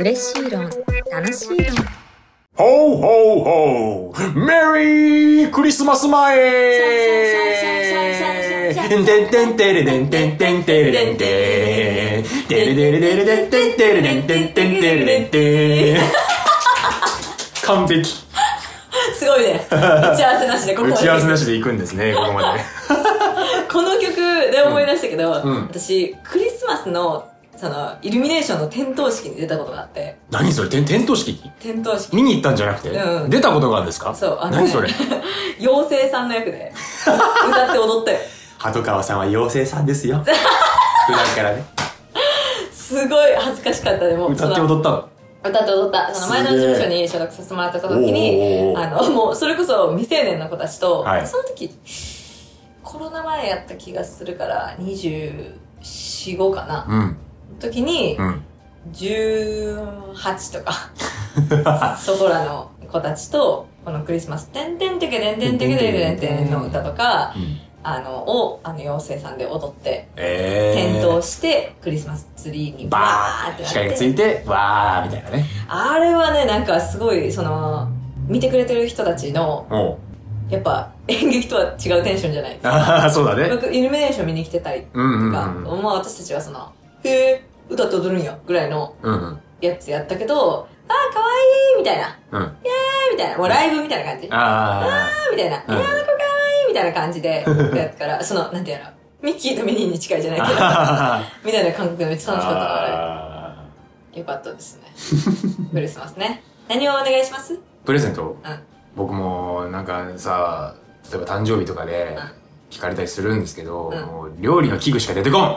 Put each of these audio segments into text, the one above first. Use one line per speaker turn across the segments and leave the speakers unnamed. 嬉しい論、楽しい論。
ほうほうほうメリークリスマス前てんてんてんてれでんてんてんてれでんてんてれでれでれでんてんてれでんてんてんてれでんてん完璧
すごい ね。打ち合わせなしで、ここ
打
まで
ち合わせなしで行くんですねここまで
この曲で思い出したけど、
うんうん
私、クリスマスの、その、イルミネーションの点灯式に出たことがあって、
何それてん点灯式
点灯式、
見に行ったんじゃなくて、
うん
出たことがあるんですか
そう、
何それ
妖精さんの役で、歌って踊ったよ。
鳩川さんは妖精さんですよ普段からね
すごい恥ずかしかったでもう
歌って
その
踊ったの
歌って踊ったその前の
す
事
げえ
務所に所属させてもらってた
お
時
うおうお
に
う
あのもうそれこそ未成年の子たちと、
はい
その時コロナ前やった気がするから245かな、
うん
時に
うん
18とかそこらの子たちとこのクリスマス「てんてんてけてんてんてけてんてんてん」の歌とか
うん
あのをあの妖精さんで踊って
えー、
点灯してクリスマスツリーにバ
バーっ
ーっ
てて
な
光が
っ
つ
て
いてわーみたいなね
あれはね、なんかすごい、その、見てくれてる人たちの、
おう
やっぱ演劇とは違うテンションじゃない。
ああそうだね
僕、イルミネーション見に来てたりと
うんうんう
か、
ん
まあ私たちはその、へえ、歌って踊るんや、ぐらいの
うんうん
やつやったけど、あー、かわいいみたいな、
うん
えーみたいな、もうライブみたいな感じ、あ
あ
ーみたいな、いや、あ
うん
の子かわいいみたいな感 じで、やったから、その、なんていうの、ミッキーとミニーに近いじゃないけど、
あ
みたいな感覚でめっちゃ楽しかったから、
あ
よかったですね。クリスマスね。何をお願いします
ープレゼント
うん
僕もなんかさ例えば誕生日とかで聞かれたりするんですけど、
うん
もう料理の器具しか出てこん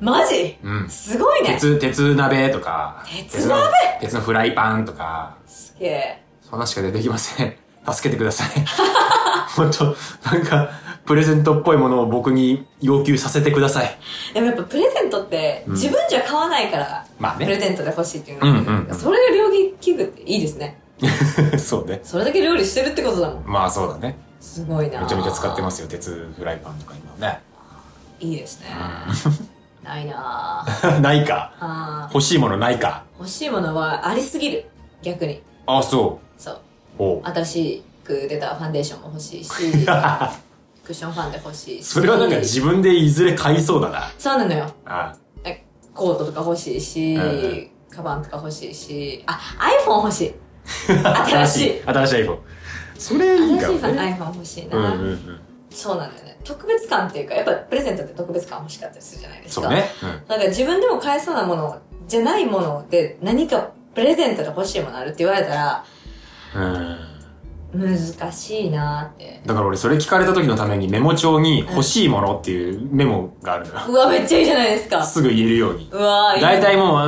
マジ
うん
すごいね。
鉄鉄鍋とか
鉄
鉄
鍋
の鉄のフライパンとか
すげえ。
そんなしか出てきません。 助けてください。 もっと、なんか、プレゼントっぽいものを僕に要求させてください。
でもやっぱプレゼントって、
うん
自分じゃ買わないから、
まあ
プ
ね
レゼントで欲しいっていうのがある
うんうんうん
それが料理器具っていいですね。
そうね。
それだけ料理してるってことだもん。
まあそうだね。
すごいな。。
めちゃめちゃ使ってますすよ、鉄フライパンとか今ね。
いいですね。ないなぁ
ないか。
あー
欲しいものないか。
欲しいものはありすぎる。逆に。
あ、そ
そう。
う。おう。
新しく出たファンデーションも欲しいし、クッションファンデ欲しいし。
それはなんか自分でいずれ買いそうだな。
そうなのよ。
あ
コートとか欲しいし、
うん
カバンとか欲しいし、あ、iPhone 欲しい。新しい。
新しい iPhone。それいい
新し
か
い
も、ね。
iPhone 欲しいな、
うんうんうん。
そうなんだよね。特別感っていうか、やっぱプレゼントって特別感欲しかったりするじゃないです
そ
か。
うね。
だから自分でも買えそうなものじゃないもので何かプレゼントで欲しいものあるって言われたら、
うん。うん
難しいなーって。
だから俺それ聞かれた時のためにメモ帳に欲しいものっていうメモがあるのよ。
うわ、めっちゃいいじゃないですか。
すぐ言えるように。
うわー、いい。
大体
も
もう、う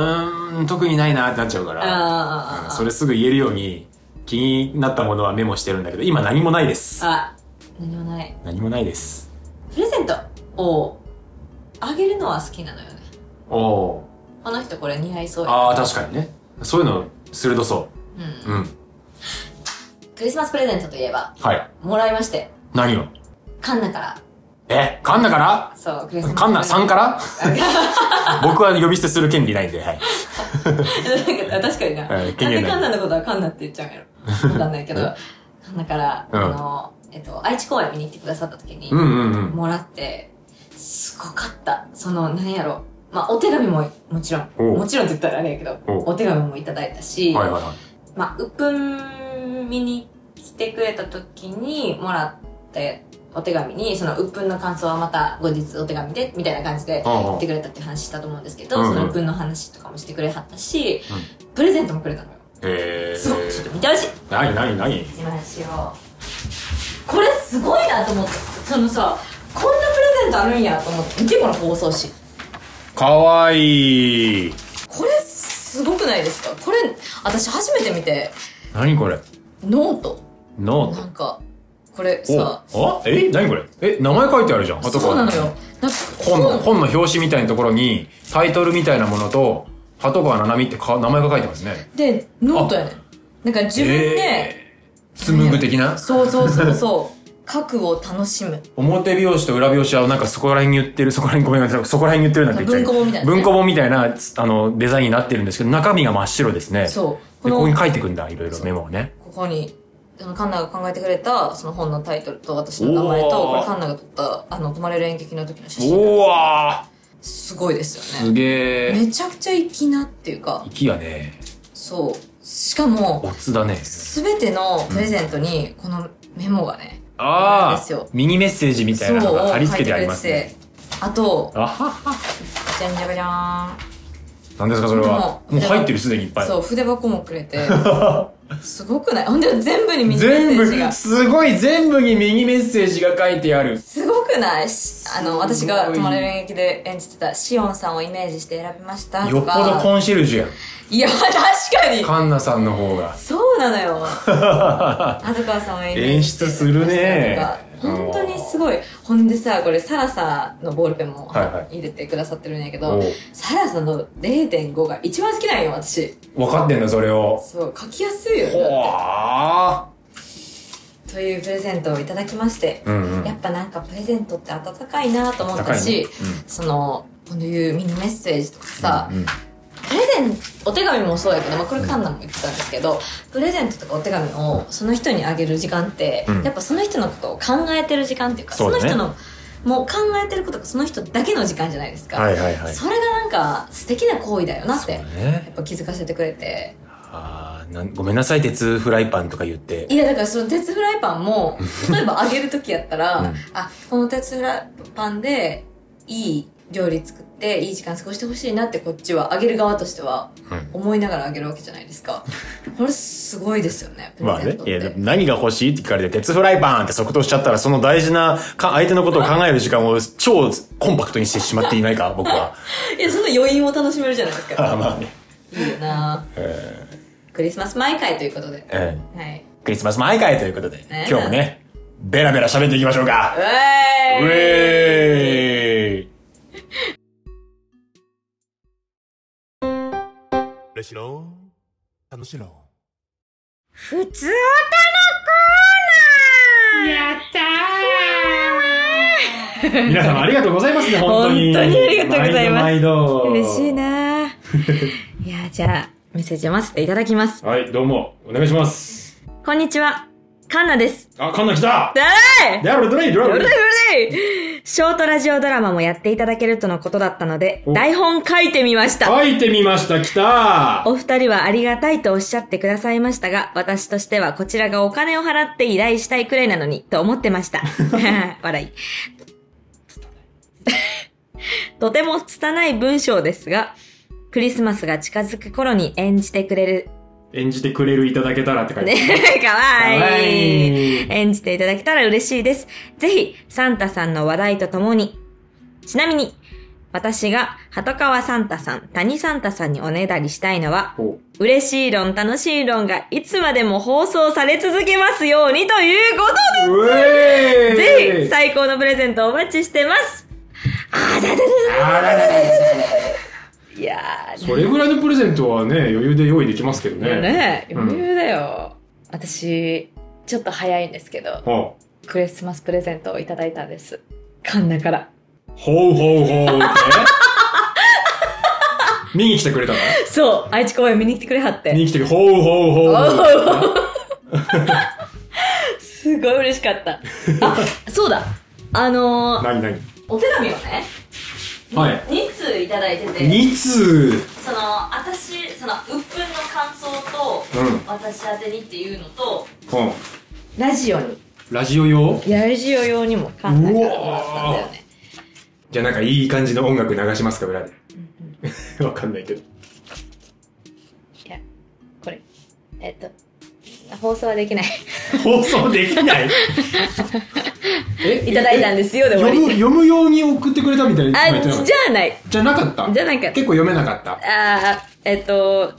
ーん、特にないなってなっちゃうから、
あ
う
ー
んそれすぐ言えるように気になったものはメモしてるんだけど、今何もないです。
あ、何もない。
何もないです。
プレゼントをあげるのは好きなのよね。
おお
この人これ似合いそう
ー。
や
ああ、確かにね。そういうの、鋭そ
うん
う。うん。
クリスマスプレゼントといえば、
はい。
もらいまして、
何を
カンナから、
え、カンナから
そう、クリスマス。
カンナさんから僕は呼び捨てする権利ないんで、はい。
なんか 確かにな。
は
ないん
権限ない
でカンナのことはカンナって言っちゃうんやろ。わかんないけど、カンナから、
うん
あの、えっと、愛知公演見に来てくださった時に
う、んうんうん。
もらって、すごかった。その、なんやろ。まあ、お手紙も、もちろん、
おう
もちろんって言ったらあれやけど、
おう
お手紙もいただいたし、
はいはいはい。
まあ、うっぷん見に来てくれた時にもらってお手紙に、そのうっぷんの感想はまた後日お手紙で、みたいな感じで
あ
言
あ
ってくれたって話したと思うんですけど、
うんうん
そのうっぷんの話とかもしてくれはったし、プレゼントもくれたのよ。
え
すごい、ちょっと
ー。
見てほしい。
何何何
自慢しよう。これすごいなと思って、そのさ、こんなプレゼントあるんやと思って、見てこの包装紙。
かわいい。
これすごくないですかこれ、私初めて見て、
何これ
ノート。
ノート
なんか、これ
お
さ、
あえ何これえ名前書いてあるじゃん後から
そうなのよ。なんか
本の
本
本の表紙みたいなところにタイトルみたいなものと鳩川七海ってか名前が書いてますね
で、ノートやねん。なんか自分で、
えー、紡ぐ的な、
そうそうそうそ核を楽 しむ。
表拍子と裏拍子はなんかそこら辺に言ってる、そこら辺ごめんなさい、そこら辺に言ってるなんて言っちゃ
文庫本みたいなね
文庫本みたいな、あの、デザインになってるんですけど、中身が真っ白ですね。う。
そう。
で、ここ
この、
に
こ
書いてくんだ、いろいろメモをね。
こに、あの、カンナが考えてくれた、その本のタイトルと私の名前と、
おー
これカンナが撮った、あの、泊まれる演劇の時の写真。
おわ
すごいです
ー
よね。
すげえ。
めちゃくちゃ粋なっていうか、
息がね、
そう。しかも、
おつだね。
すべてのプレゼントに、このメモがね、
あ
です
あ
よ、
ミニメッセージみたいなのが貼り付けてありますね。
てあと、
あはは。
じゃんじゃがじゃ
なんですか、それは。
で
も
も
う入ってるすでにいっぱ
ー
い
ん。。そう、筆箱もくれ て、すごくないほんで、全部にミニメ
全
ッセージ
部、
が。
すごい全部にミニメッセージが書いてある。
すごくないしあの、私が
すごい
泊まれる演劇で演じてたシオンさんをイメージして選びました
よ
と
っぽど
か。
コンシェルジュやん。
いや、確かに
カンナさんの方が。
そうなの よ。あとかさんを演
演出するね
本当にすごい。ほんでさ、これサラさのボールペンも
はいはい
入れてくださってるんやけ
お
ど、サラさんの0.5が一番好きなんよ、私。
分かってんだ、それを。
そう、書きやすいよね。
ほあ。
というプレゼントをいただきまして、
うんうん
やっぱなんかプレゼントって温かいなと思っ
温
たし、
かいね
そのこういうミニメッセージとかさ、
うんうん
プレゼンお手紙もそうやけど、まあ、これカンナも言ってたんですけどプレゼントとかお手紙をその人にあげる時間って、
うん
やっぱその人のことを考えてる時間っていうか
そうだね
の人のもう考えてることがその人だけの時間じゃないですか、
はいはいはい。
それがなんか素敵な行為だよなって、
そう
や
ね。
っぱ気づかせてくれて
あーなんごめんなさい、鉄フライパンとか言って。
いや、だからその鉄フライパンも、例えば揚げるときやったら、
うん
あ、この鉄フライパンでいい料理作って、いい時間過ごしてほしいなってこっちは、揚げる側としては
うん
思いながら揚げるわけじゃないですか。これすごいですよね、プ
ま
レ
あ
ゼン
ね
ト
い
っ、て。
やでも何が欲しいって聞かれて、鉄フライパンって即答しちゃったら、その大事なか相手のことを考える時間を超コンパクトにしてしまっていない か、僕は。
いや、その余韻を楽しめるじゃないです
あー
か。
まあね。
いいよな
えー
クリスマス毎回ということで。
え
はい。
ークリスマス毎回ということで、
ね
今日もね、ベラベラ喋っていきましょうか。
え
ウェーイ
嬉しろ楽しろ
普通
皆様ありがとうございますね、本当に。
本当にありがとうございます
毎度毎度。
嬉しい。な いや、じゃあ、メッセージ読ませていただきます。
はい、どうも、お願いします。
こんにちは。カンナです。
あ、カンナ来た
だーい
ダブルドレイ、ドラブ
うる
ル
さいうるさいショートラジオドラマもやっていただけるとのことだったので、
お
台本書いてみました。
書いてみました、来た
お二人はありがたいとおっしゃってくださいましたが、私としてはこちらがお金を払って依頼したいくらいなのに、と思ってました。 笑い。 とても拙い文章ですが、クリスマスが近づく頃に演じてくれる、
演じてくれるいただけたらって書いて
ね
ある。、
かわい
かわ
い。
いい
演じていただけたら嬉しいです。ぜひ、サンタさんの話題とともに。ちなみに、私が、鳩川サンタさん、谷サンタさんにおねだりしたいのは、
ほう
嬉しい論、楽しい論がいつまでも放送され続けますようにということ
うえー
で、ぜひ、最高のプレゼントをお待ちしてます。あーだだだだ
あらららら
いやー、
それぐらいのプレゼントはね、余裕で用意できますけどね。
ね
うん
余裕だよ。私、ちょっと早いんですけど、
ほう。
クリスマスプレゼントをいただいたんです。カンナから。
ほうほうほうって。見に来てくれたの
そう、愛知公演見に来てくれはって
見。に来て、ほうほうほうほう。
すごい嬉しかった。あ、そうだ。あのー、
何何
お手紙をね、
はい。
2通いただいてて、
2通。
その、私、その、うっぷんの感想と、
うん。
私宛てにっていうのと、
ほう。
ラジオに、
ラジオ用
ラジオ用にも考えてもらったんだよね。
じゃあなんかいい感じの音楽流しますか、裏で。わかんないけど。
これ。えっと、放送はできない。
放送できないえ
いただいたん
え
ですよ、で終わ
読む、
り。
読むように送ってくれたみたいな
あ、
言ってなかった
じゃあない。
じゃなかった
じゃなかった
結構読めなかった。
あー、えっと、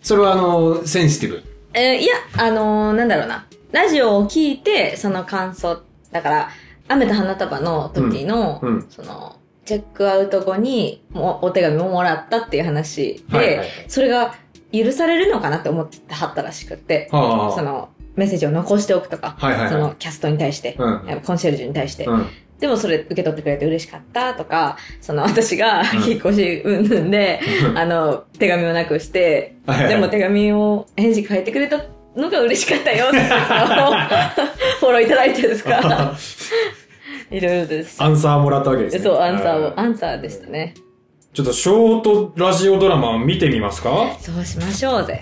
それはあの、センシティブ。
えーいや、あのーなんだろうな。ラジオを聞いて、その感想。だから、雨と花束の時の、
うんうん
その、チェックアウト後にもお手紙ももらったっていう話で、
はいはいはい
それが許されるのかなって思ってはったらしくて、
はあ
その、
メッセージを残しておくとか、
はいはいはい
そのキャストに対して、
うん
やっぱコンシェルジュに対して、
うん。
でもそれ受け取ってくれて嬉しかったとか、その私が
うん
引っ越しうんぬんで、あの、手紙をなくして、
はいはい
でも手紙を返事変えてくれたのが嬉しかったよっていうのを フォローいただいてです かいろいろです。
アンサーもらったわけですね。
そう、アンサーを、
はい
アンサーでしたね。
ちょっとショートラジオドラマ見てみますか
そうしましょうぜ。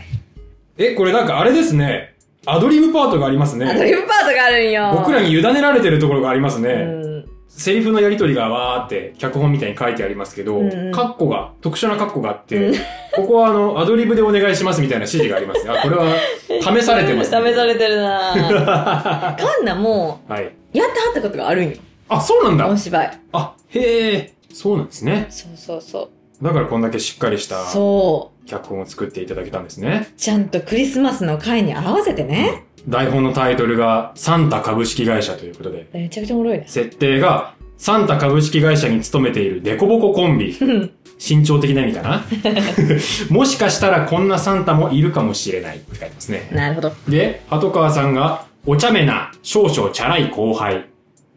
え、これなんかあれですね。アドリブパートがあります
アド
ね。
リブパートがあるんよ。
僕らに委ねられてるところがありますね。
うん。
セリフのやりとりがわーって脚本みたいに書いてありますけど、
うんうん
カッコが、特殊なカッコがあって、ここはあの、アドリブでお願いしますみたいな指示がありますね。あ、これは、試されてま
試
す、
さ
れ
れてるな ぁ。カンナも、
はい。
やってはったことがあるんよ。
あ、そうなん
お
だ。
芝居。
あ、へえ、そうなんですね。
そうそうそう。
だからこんだけしっかりした
そう。
脚本を作っていただけたんですね。
ちゃんとクリスマスの会に合わせてね。
台本のタイトルが、サンタ株式会社ということで、
めちゃくちゃおもろいね。
設定が、サンタ株式会社に勤めているデコボココ ンビ。
うん
身長的な意味かな もしかしたらこんなサンタもいるかもしれないって書いてますね。
なるほど。
で、鳩川さんが、お茶目な少々チャラい後輩。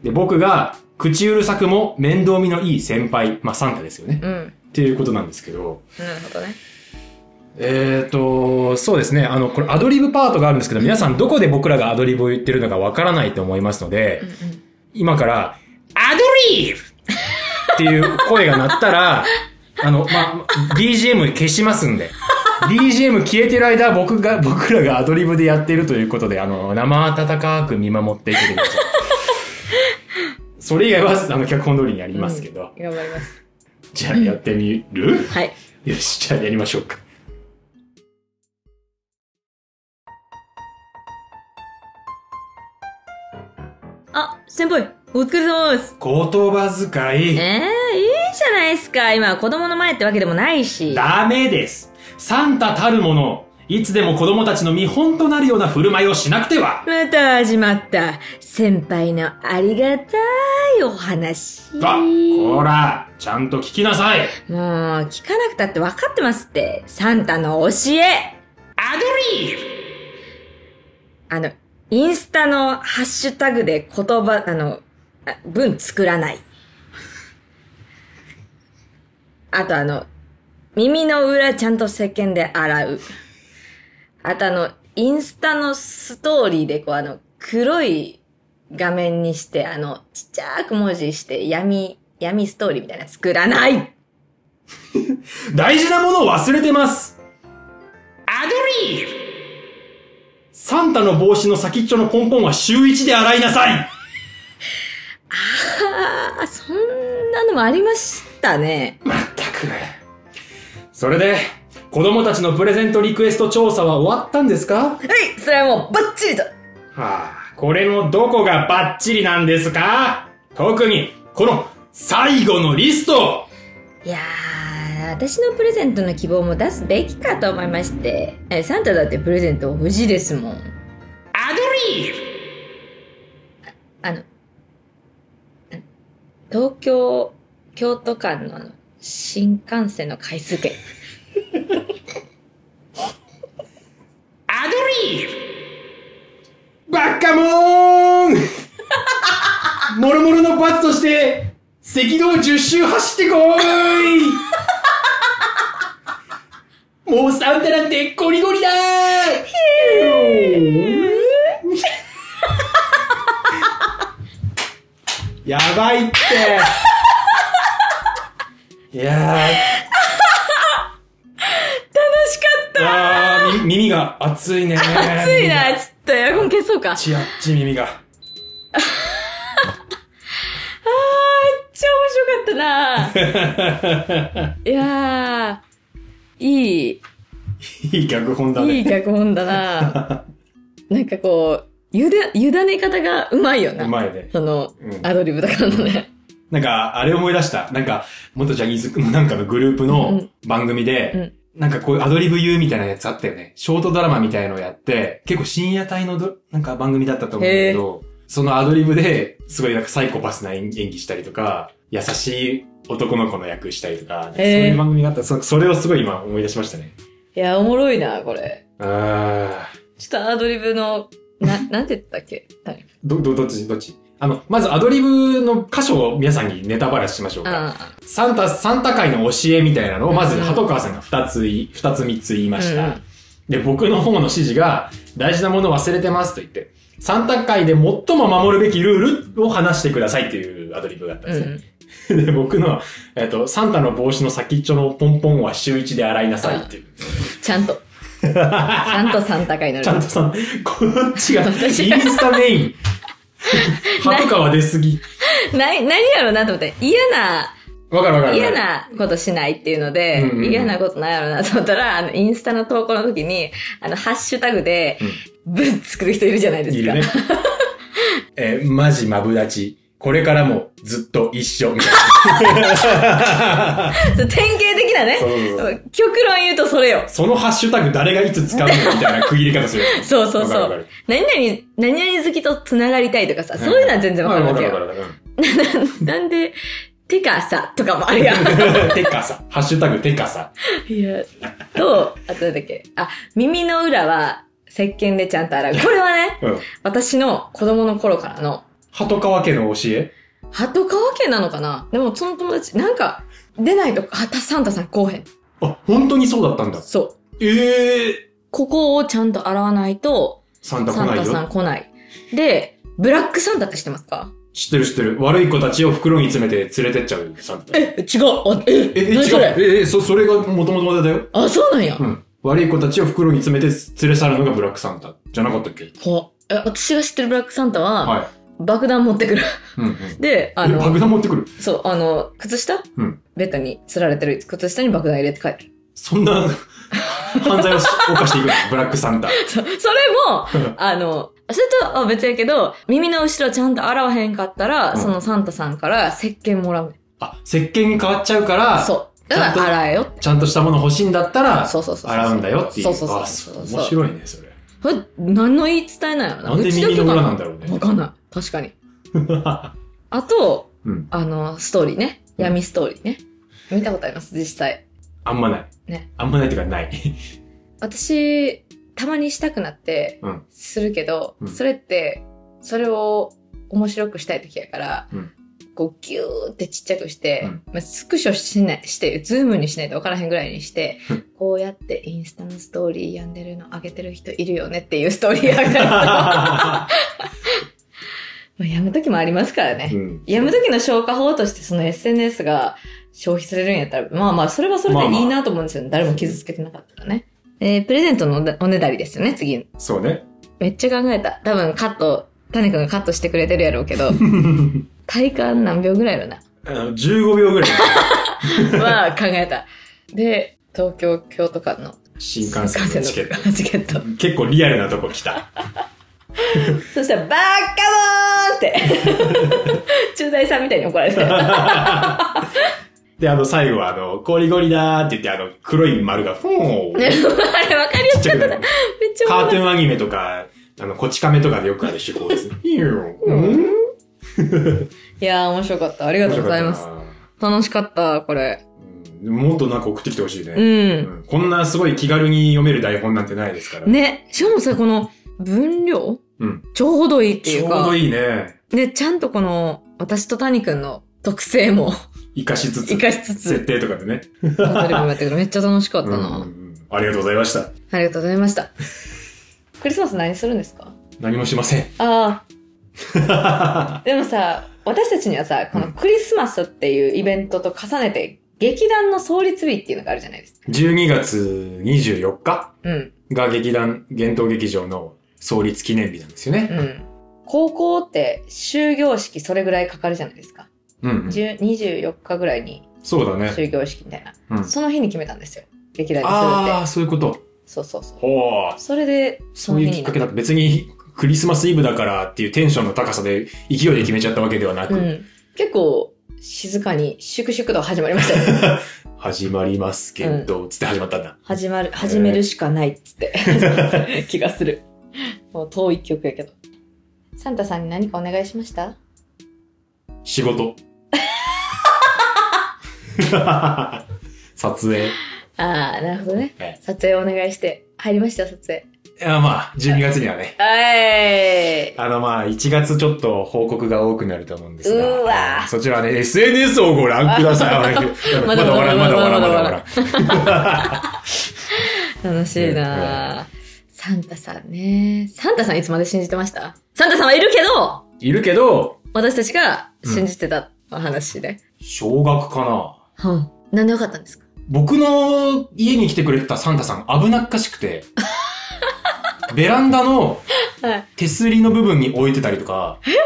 で、僕が、口うるさくも面倒見のいい先輩。まあ、サンタですよね。
うん。なる
っていうことなんですけど。
ほどね。
えーと、そうですね。あの、これアドリブパートがあるんですけど、皆さんどこで僕らがアドリブを言ってるのかわからないと思いますので、今から、アドリブ っていう声が鳴ったら、あの、まあ、BGM 消しますんで。BGM 消えてる間、僕が、僕らがアドリブでやってるということで、あの、生温かく見守っていてください。それ以外は、あの、脚本通りにやりますけど。
頑張ります。
じゃあ、やってみる、
はい。
よし、じゃあやりましょうか。
あ、先輩、お疲れ様です。
言葉遣い。
ええいいじゃないですか。今、子供の前ってわけでもないし。
ダメです。サンタたるもの、いつでも子供たちの見本となるような振る舞いをしなくては。
また始まった。先輩のありがたいお話。
あ、こら、ちゃんと聞きなさい。
もう、聞かなくたって分かってますって。サンタの教え。
アドリブ
あの、インスタのハッシュタグで言葉、あの、あ文作らない。あとあの、耳の裏ちゃんと石鹸で洗う。あとあの、インスタのストーリーでこうあの、黒い画面にして、あの、ちっちゃく文字して闇、闇ストーリーみたいなの作らない
大事なものを忘れてます。アドリブサンタの帽子の先っちょのポンポンは週一で洗いなさい。
ああ、そんなのもありましたね。
まったく。それで、子供たちのプレゼントリクエスト調査は終わったんですか
はい、それはもうバッチリと
はあ、これのどこがバッチリなんですか特に、この最後のリスト
いやー、私のプレゼントの希望も出すべきかと思いまして。えサンタだってプレゼント欲しいですもん。
アドリブ
あの、東京、京都間のあの新幹線の回数券。
アドリブバッカモーンもろもろの罰として、赤道10周走ってこーいもうサンタなんてゴリゴリだーやばいっていやー
楽しかっ
あーみ耳が熱いね
た暑いな、ちょっとエアコン消 そうか。あー、めっ
ちあっち耳が。
ちゃ面白か ったないやー、いい、
いい脚本だ
いい
ね。
脚本だななんかこう、ゆだ、委ね方がうまいよな。
うまいね。
その、
うん
アドリブとかのね。
なんか、あれ思い出した。なんか、元ジャニーズ なんかのグループ
うんう
の
ん
番組で、なんかこういうアドリブ言うみたいなやつあったよね。ショートドラマみたいのをやって、結構深夜帯のどなんか番組だったと思うんだけど、そのアドリブで、すごいなんかサイコパスな演技したりとか、優しい男の子の役したりとか、なんかそう
へ
い
ー
う番組があった。そそれをすごい今思い出しましたね。
いや、おもろいな、これ。
あー。
ちょっとアドリブの
な、 なんて言ったっけ誰
ど、ど、どっち、どっちあの、まずアドリブの箇所を皆さんにネタバラししましょうか。
あ
サンタ、サンタ界の教えみたいなのを、まず、
うん
鳩川さんが二つい、二つ三つ言いました。
うんうん
で、僕の方の指示が、大事なもの忘れてますと言って、サンタ界で最も守るべきルールを話してくださいっていうアドリブがあったん
あ、う
ですね。
ん。
で、僕の、えっと、サンタの帽子の先っちょのポンポンは週一で洗いなさいっていう。
ちゃんと。 ちゃんと三高になる。
ちゃんとさ、こっちが、イン
私が
スタメイ ン。鳩川出すぎ。
な、何やろうなと思って、嫌な、
わかるわかる。
嫌。なことしないっていうので、
うんうんうん
嫌なことないやろうなと思ったら、あの、インスタの投稿の時に、あの、ハッシュタグで、ぶっ作る人いるじゃないです
い
か。
るね。えーマジマブダチ。これからもずっと一緒。みたいな
そう典型的なね
そうそうそ。
極論言うとそれよ。
そのハッシュタグ誰がいつ使うのみたいな区切り方する。
そう そうそ
わか
う
る。
何々、何々好きと繋がりたいとかさ、
ん
そういうのは全然わ
わ
か
か
る
る
わ
わか
け
る
よ
わか。るわかる。
なんで、てかさ、とかもあるやん。
テカサ。ハッシュタグテカサ。
いや、と、あとなんだっけ。あ、耳の裏は、石鹸でちゃんと洗う。これはね、
うん。
私の子供の頃からの、
鳩川家の教え
鳩川家なのかなでもその友達、なんか、出ないと、はた、サンタさん来おへん。
あ、本当にそうだったんだ。
そう。
ええー。
ここをちゃんと洗わないと、
サンタ来
サン
ない
タさん
よ。
来ない。で、ブラックサンタって知ってますか
知ってる知ってる。悪い子たちを袋に詰めて連れてっちゃうサンタ。え、
違う。あ、え、
え、
何
違。
そうれ
え、え、そ、それがもともとだよ。
あ、そうなんや。
うん。悪い子たちを袋に詰めて連れ去るのがブラックサンタ。じゃなかったっけ
ほえ私が知ってるブラックサンタは、
は
爆弾持ってくる。
い。うんうん。
で、あ
え、
の、
爆弾持ってくる。
そう、あの、靴下、
うん
ベッドに吊られてる靴下に爆弾入れて帰る。
そんな犯 罪をし犯していくのブラックサンタ。
そそれも、あの、それとは別やけど、耳の後ろちゃんと洗わへんかったら、
うん
そのサンタさんから石鹸もらうね。
あ、石鹸に変わっちゃうから、
そう。だか
ちゃんと
ら洗えよ。
ちゃんとしたもの欲しいんだったら、
そうそうそうそう
洗うんだよっていう。
そうそうそう
あ
そう
面白いね、それ。
これ、何の言い伝えなんやろ
なんで耳の裏なんだろう
わ
ね。
かんない。確かに。あと、
うん
あの、ストーリーね。
うん
闇ストーリーね。見たことあります、実際。
あんまない。
ね
あんまないっていうか、 ない。
私、たまにしたくなって
うん、
するけど、
うん
それって、それを面白くしたい時やから、
うん
こうギューってちっちゃくして、
うん
まあ、スクショしない、して、ズームにしないと分からへんぐらいにして、こうやってインスタのストーリーやんでるの上げてる人いるよねっていうストーリーやから まあやむ時もありますからね。
うん
やむ時の消化法としてその SNS が消費されるんやったら、まあまあ、それはそれでいいなと思うんですよね。誰も傷つけてなかったらね。えー、プレゼントのおねおねだりですよね、次。
そうね。
めっちゃ考えた。多分カット、タネ君がカットしてくれてるやろう けど、体感何秒ぐらいやろな。
あの15秒ぐらい。
は考えた。で、東京、京都間の
新幹線のチケット。
チケット。
結構リアルなとこ来た。
そしたら、バッカモーンって、中大さんみたいに怒ら れて。
で、あの、最後は、あの、ゴリゴリだーって言って、あの、黒い丸が、フォーン
ね、あれ分かりや
ちっ
す
ちゃく
かっ
な
たな。
る。
めっちゃ
カー
面
トゥ
白い。
ーンアニメとか、あの、こち亀とかでよくある手法です ね。ヒューン
いやー、面白かった。ありがとうございます。楽しかった、これ。
うんもっとなんか送ってきてほしいね、
う。
うんんこんなすごい気軽に読める台本なんてないですから。
ね、しかもさ、この分量
うん。
ちょうどいいってい
ちょ
う
う
か。
どいいね。
ね、ちゃんとこの、私と谷くんの特性も
生かしつつ
活、か しつつ、
設定とかでね。
アドリブもやってくる。めっちゃ楽しかった
うんう
な。
んうんありがとうございました。
ありがとうございました。クリスマス何するんですか
何もしません。
ああ。でもさ、私たちにはさ、このクリスマスっていうイベントと重ねて、劇団の創立日っていうのがあるじゃないですか。
12月24日
うん、
が劇団幻冬劇場の創立記念日なんですよ
う
ね。
ん。高校って終業式それぐらいかかるじゃないですか。
うん、うん。
10 24日ぐらいに
そうだね。
終業式みたいな、
うん
その日に決めたんですよ劇団にするっ
ああ、そういうこと。
てそうそうそう
ほう。
それでそ
そ
の
うい
日
う
に
きっかけだった。別にクリスマスイブだからっていうテンションの高さで勢いで決めちゃったわけではなく、
うん、結構静かに粛々と始まりました よ
始まりますけど、つって始まったんだ。
始まる始めるしかないっつって 気がするもう遠い記憶やけどサンタさんに何かお願いしました
仕事。撮影。
ああなるほどね
はい
撮影お願いして入りました撮影
あまあ、12月にはね。
えい。
あのまあ、1月ちょっと報告が多くなると思うんですが。
うわ
そちらはね、SNS をご覧ください。 あま
ま
だ
だ
まだま
ま
だま
だ
だまだ
まだ
まだ
まだ。楽しいなぁサンタさんね。サンタさんいつまで信じてましたサンタさんはいるけど、
いるけど、
私たちが信じてた話で。
小学かな。
うん。なんでよかったんですか
僕の家に来てくれてたサンタさん危なっかしく て、ベランダの
はい。
手すりの部分に置いてたりとか、
え、危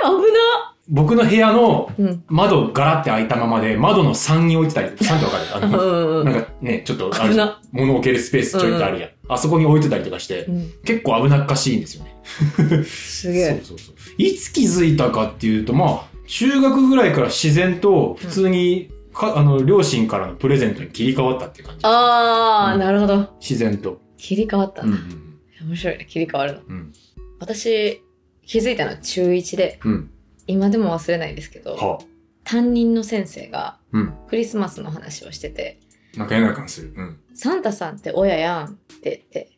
僕の部屋の
なうん。
窓ガラって開いたままで窓の3に置いてたりとか、3ってわかるあ
う
の、
んうん
なんかね、ちょっとあ
危
る
な
物置けるスペースちょいとあるやん。あそこに置いてたりとかして
う、ん。
結構危なっかしいんですよね。
すげえ。
そうそうそう。いつ気づいたかっていうと、まあ、中学ぐらいから自然と普通に、かあの、両親からのプレゼントに切り替わったっていう感じ。
あー、
うん
なるほど。
自然と。
切り替わった
うん
ん
う
だ。
ん
面白いね。切り替わるの。
うん。
私、気づいたのは中1で、
うん。
今でも忘れないですけど、
は
担任の先生が
うん
クリスマスの話をしてて、
あ、なんか嫌な感じする。うん。
サンタさんって親やんって言って。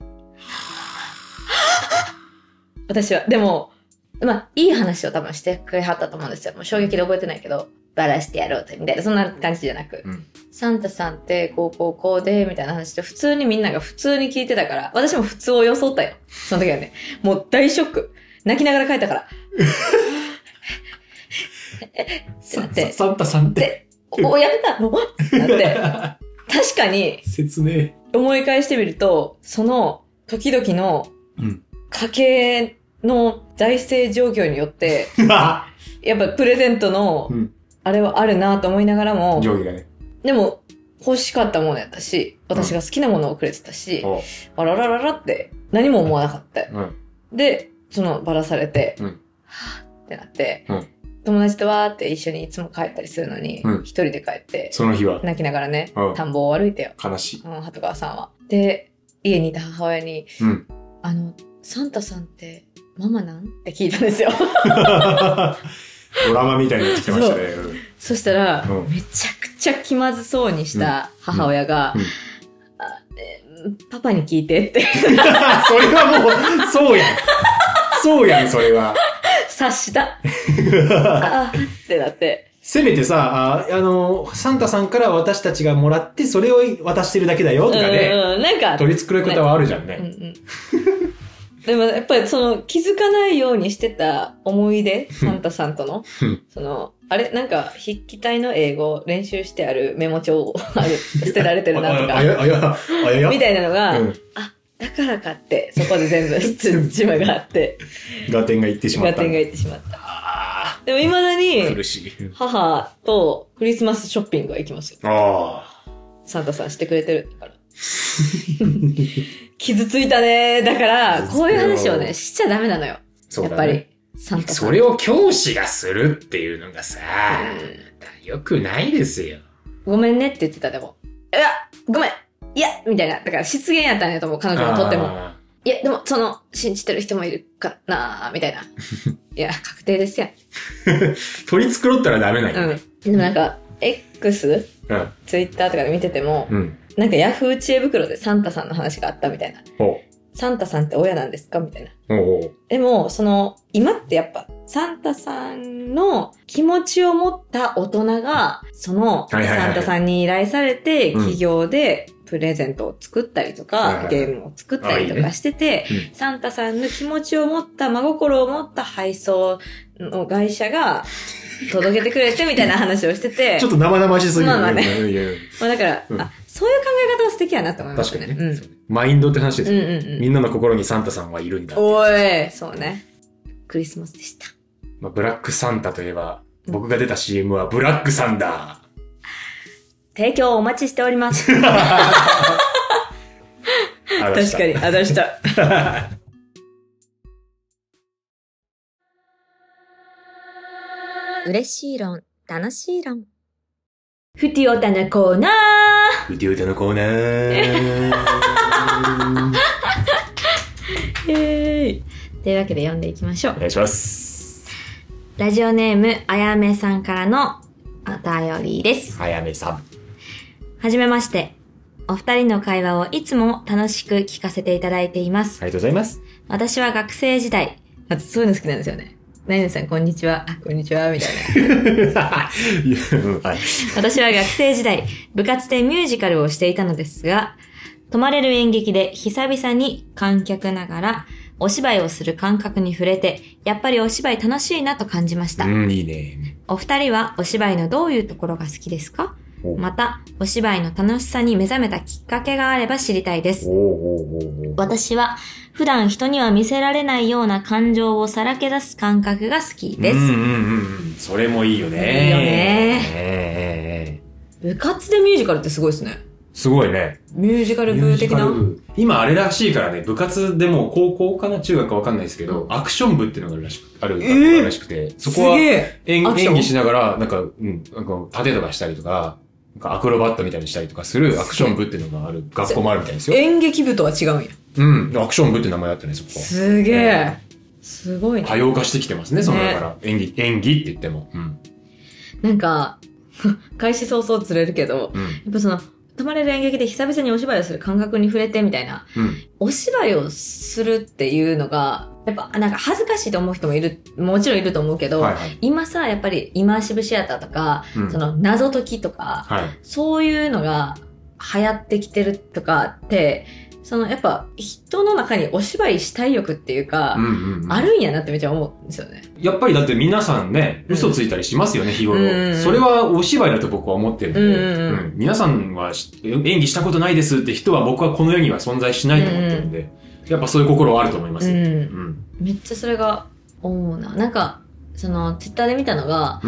私は、でも、まあ、いい話を多分してくれはったと思うんですよ。もう衝撃で覚えてないけど、バラしてやろうと、みたいな、そんな感じじゃなく。
うん
サンタさんって、こう、こう、こうで、みたいな話で、普通にみんなが普通に聞いてたから、私も普通を装ったよ。その時はね、もう大ショック。泣きながら帰ったから、てな
サ
って
ササンタさんって。
お、おやめたのってなって、確かに、
説明。
思い返してみると、その時々の
うん。
家計の財政状況によって、やっぱプレゼントの
うん、
あれはあるなと思いながらも、
上下がね。
でも欲しかったものやったし、私が好きなものをくれてたし、
おう
あららららって何も思わなかったよ。
うん。
で、そのばらされて、
うん
はぁってなって、
うん
友達とわーって一緒にいつも帰ったりするのに、
うん
一人で帰って、
その日は、
泣きながらね
うん、
田んぼを歩いてよ。
悲しい。
うん、鳩川さんは。で、家にいた母親に、
うん。
あの、サンタさんってママなんって聞いたん ですよ。
ドラマみたいになってきましたね。
そしたら、
うん
めちゃくちゃ気まずそうにした母親が、
うんうん
あえーパパに聞いてって
それはもう、そうやん。そうやん、それは。
察 した。あーってなって。
せめてさ、ああの、サンタさんから私たちがもらって、それを渡してるだけだよ、
う
と
ん
かね。
うん、なんか、
取り繕い方はあるじゃん
うんう
ね。
ん。でもやっぱりその気づかないようにしてた思い出、サンタさんとの
うん、
その、あれなんか筆記体の英語練習してあるメモ帳をある捨てられてるな
あ
と
あ
か、
や、あや、あやや。
みたいなのが、
うん。
だからかって、そこで全部、つじまがあって、
ガテンが行ってしま
合
った。
点がいってしまった。
あ
でも、未だ
ー
に
苦、しい。
母とクリスマスショッピングは行きますよ。
あ
サンタさんしてくれてるから。傷ついたね。だから、こういう話をね、しちゃダメなのよ。
あ。そ
や
う
っ
だ
ぱり
ね。。
サンタさん。
それを教師がするっていうのがさ、よくないですよ。
ごめんねって言ってた、でも。いや、ごめんいやみたいな。だから、失言やったんやと思う、彼女にとっても。
あ
いや、でも、その、信じてる人もいるからなみたい な。いや、確定ですやん。
ー。取り繕ったらダメなんよ
う
ね。
ん。でもなんか、X?
うん。
ツイッターとかで見てても、
うん。
なんかヤフー知恵袋でサンタさんの話があったみたいな。
ほ
サンタさんって親なんですかみたいな。
う。おう
でも、その、今ってやっぱ、サンタさんの気持ちを持った大人が、その、
いはいはい
サンタさんに依頼されて、
うん
企業でプレゼントを作ったりと
はいはい
か
は、い
ゲームを作ったりと
あいいね
かしてて
う、
サンタさんの気持ちを持った、真心を持った配送の会社が、届けてくれてみたいな話をして て
ちょっ、と生々しすぎる。
まあまあね
うんいやいや
まあだから、
うん
あ、そういう考え方は素敵やなと思いまし
確か
たね。
にね、
うん
そうねマインドって話です
う
よ、
んうんう
み
ん。
んなの心にサンタさんはいるんだっていう
おい、そうね。クリスマスでした。
まあ、ブラックサンタといえば、
うん
僕が出た CM はブラックサンダ
提供をお待ちしております。確
ー。あ
かに、あ、出した。嬉しい論、楽しい論。ふておたなコーナー
うてうてのコーナ ー。
イェーイというわけで読んでいきましょ
お
う。
願いします。
ラジオネーム、あやめさんからのお便りです。
あやめさん。
はじめまして。
お二人の会話をいつも楽しく聞かせていただいています。
りがとうござい ます。
私は学生時代、
あとそういうの好きなんですよね。何々さん、こんにちは。あ、こんにちは。みたいな。
はい。
私は学生時代、部活でミュージカルをしていたのですが、泊まれる演劇で久々に観客ながらお芝居をする感覚に触れて、やっぱりお芝居楽しいなと感じました。
うん、いいね。
お二人はお芝居のどういうところが好きですか
お
また、お芝居の楽しさに目覚めたきっかけがあれば知りたいです
お。おおおお
私は普段人には見せられないような感情をさらけ出す感覚が好きです。
うんうんうん。それもいいよね。
いいよね
えええええ
部活でミュージカルってすごいですね。
えすごいね。
ミュージカル風的な。
今あれらしいからね、部活でも高校かな中学かわかんないですけど、アクション部っていうのがあるらしくある
えー
あるらしくて、そこは
すげえ。
演
アクション
演技しながら、なんか、うん、なんかパテとかしたりとか、なんかアクロバットみたいにしたりとかするアクション部っていうのがある学校もあるみたいですよ。
演劇部とは違うんや。
うん、アクション部って名前だったね、そこ。
すげえ。すごい
多
ね。
様化してきてますね、その、だから、演技、演技って言っても。うん。
なんか、開始早々釣れるけど、
うん。
やっぱその、泊まれる演劇で久々にお芝居をする感覚に触れてみたいな、
うん。
お芝居をするっていうのが、やっぱなんか恥ずかしいと思う人もいる、もちろんいると思うけど、
はいはい。
今さ、やっぱりイマーシブシアターとか、
うん
その謎解きとか、
はい。
そういうのが流行ってきてるとかって、そのやっぱ人の中にお芝居したい欲っていうか、
うんうんうん
あるんやなってめっちゃ思うんですよね。
やっぱりだって皆さんね、
うん
嘘ついたりしますよね、日頃
うんうんう。ん
それはお芝居だと僕は思ってるので、
うんうんうん
うん皆さんはし演技したことないですって人は僕はこの世には存在しないと思ってるんで、やっぱそういう心はあると思いま
う
す。うん。
ん。
うん。
めっちゃそれが思うな。なんか、その、ツイッターで見たのが、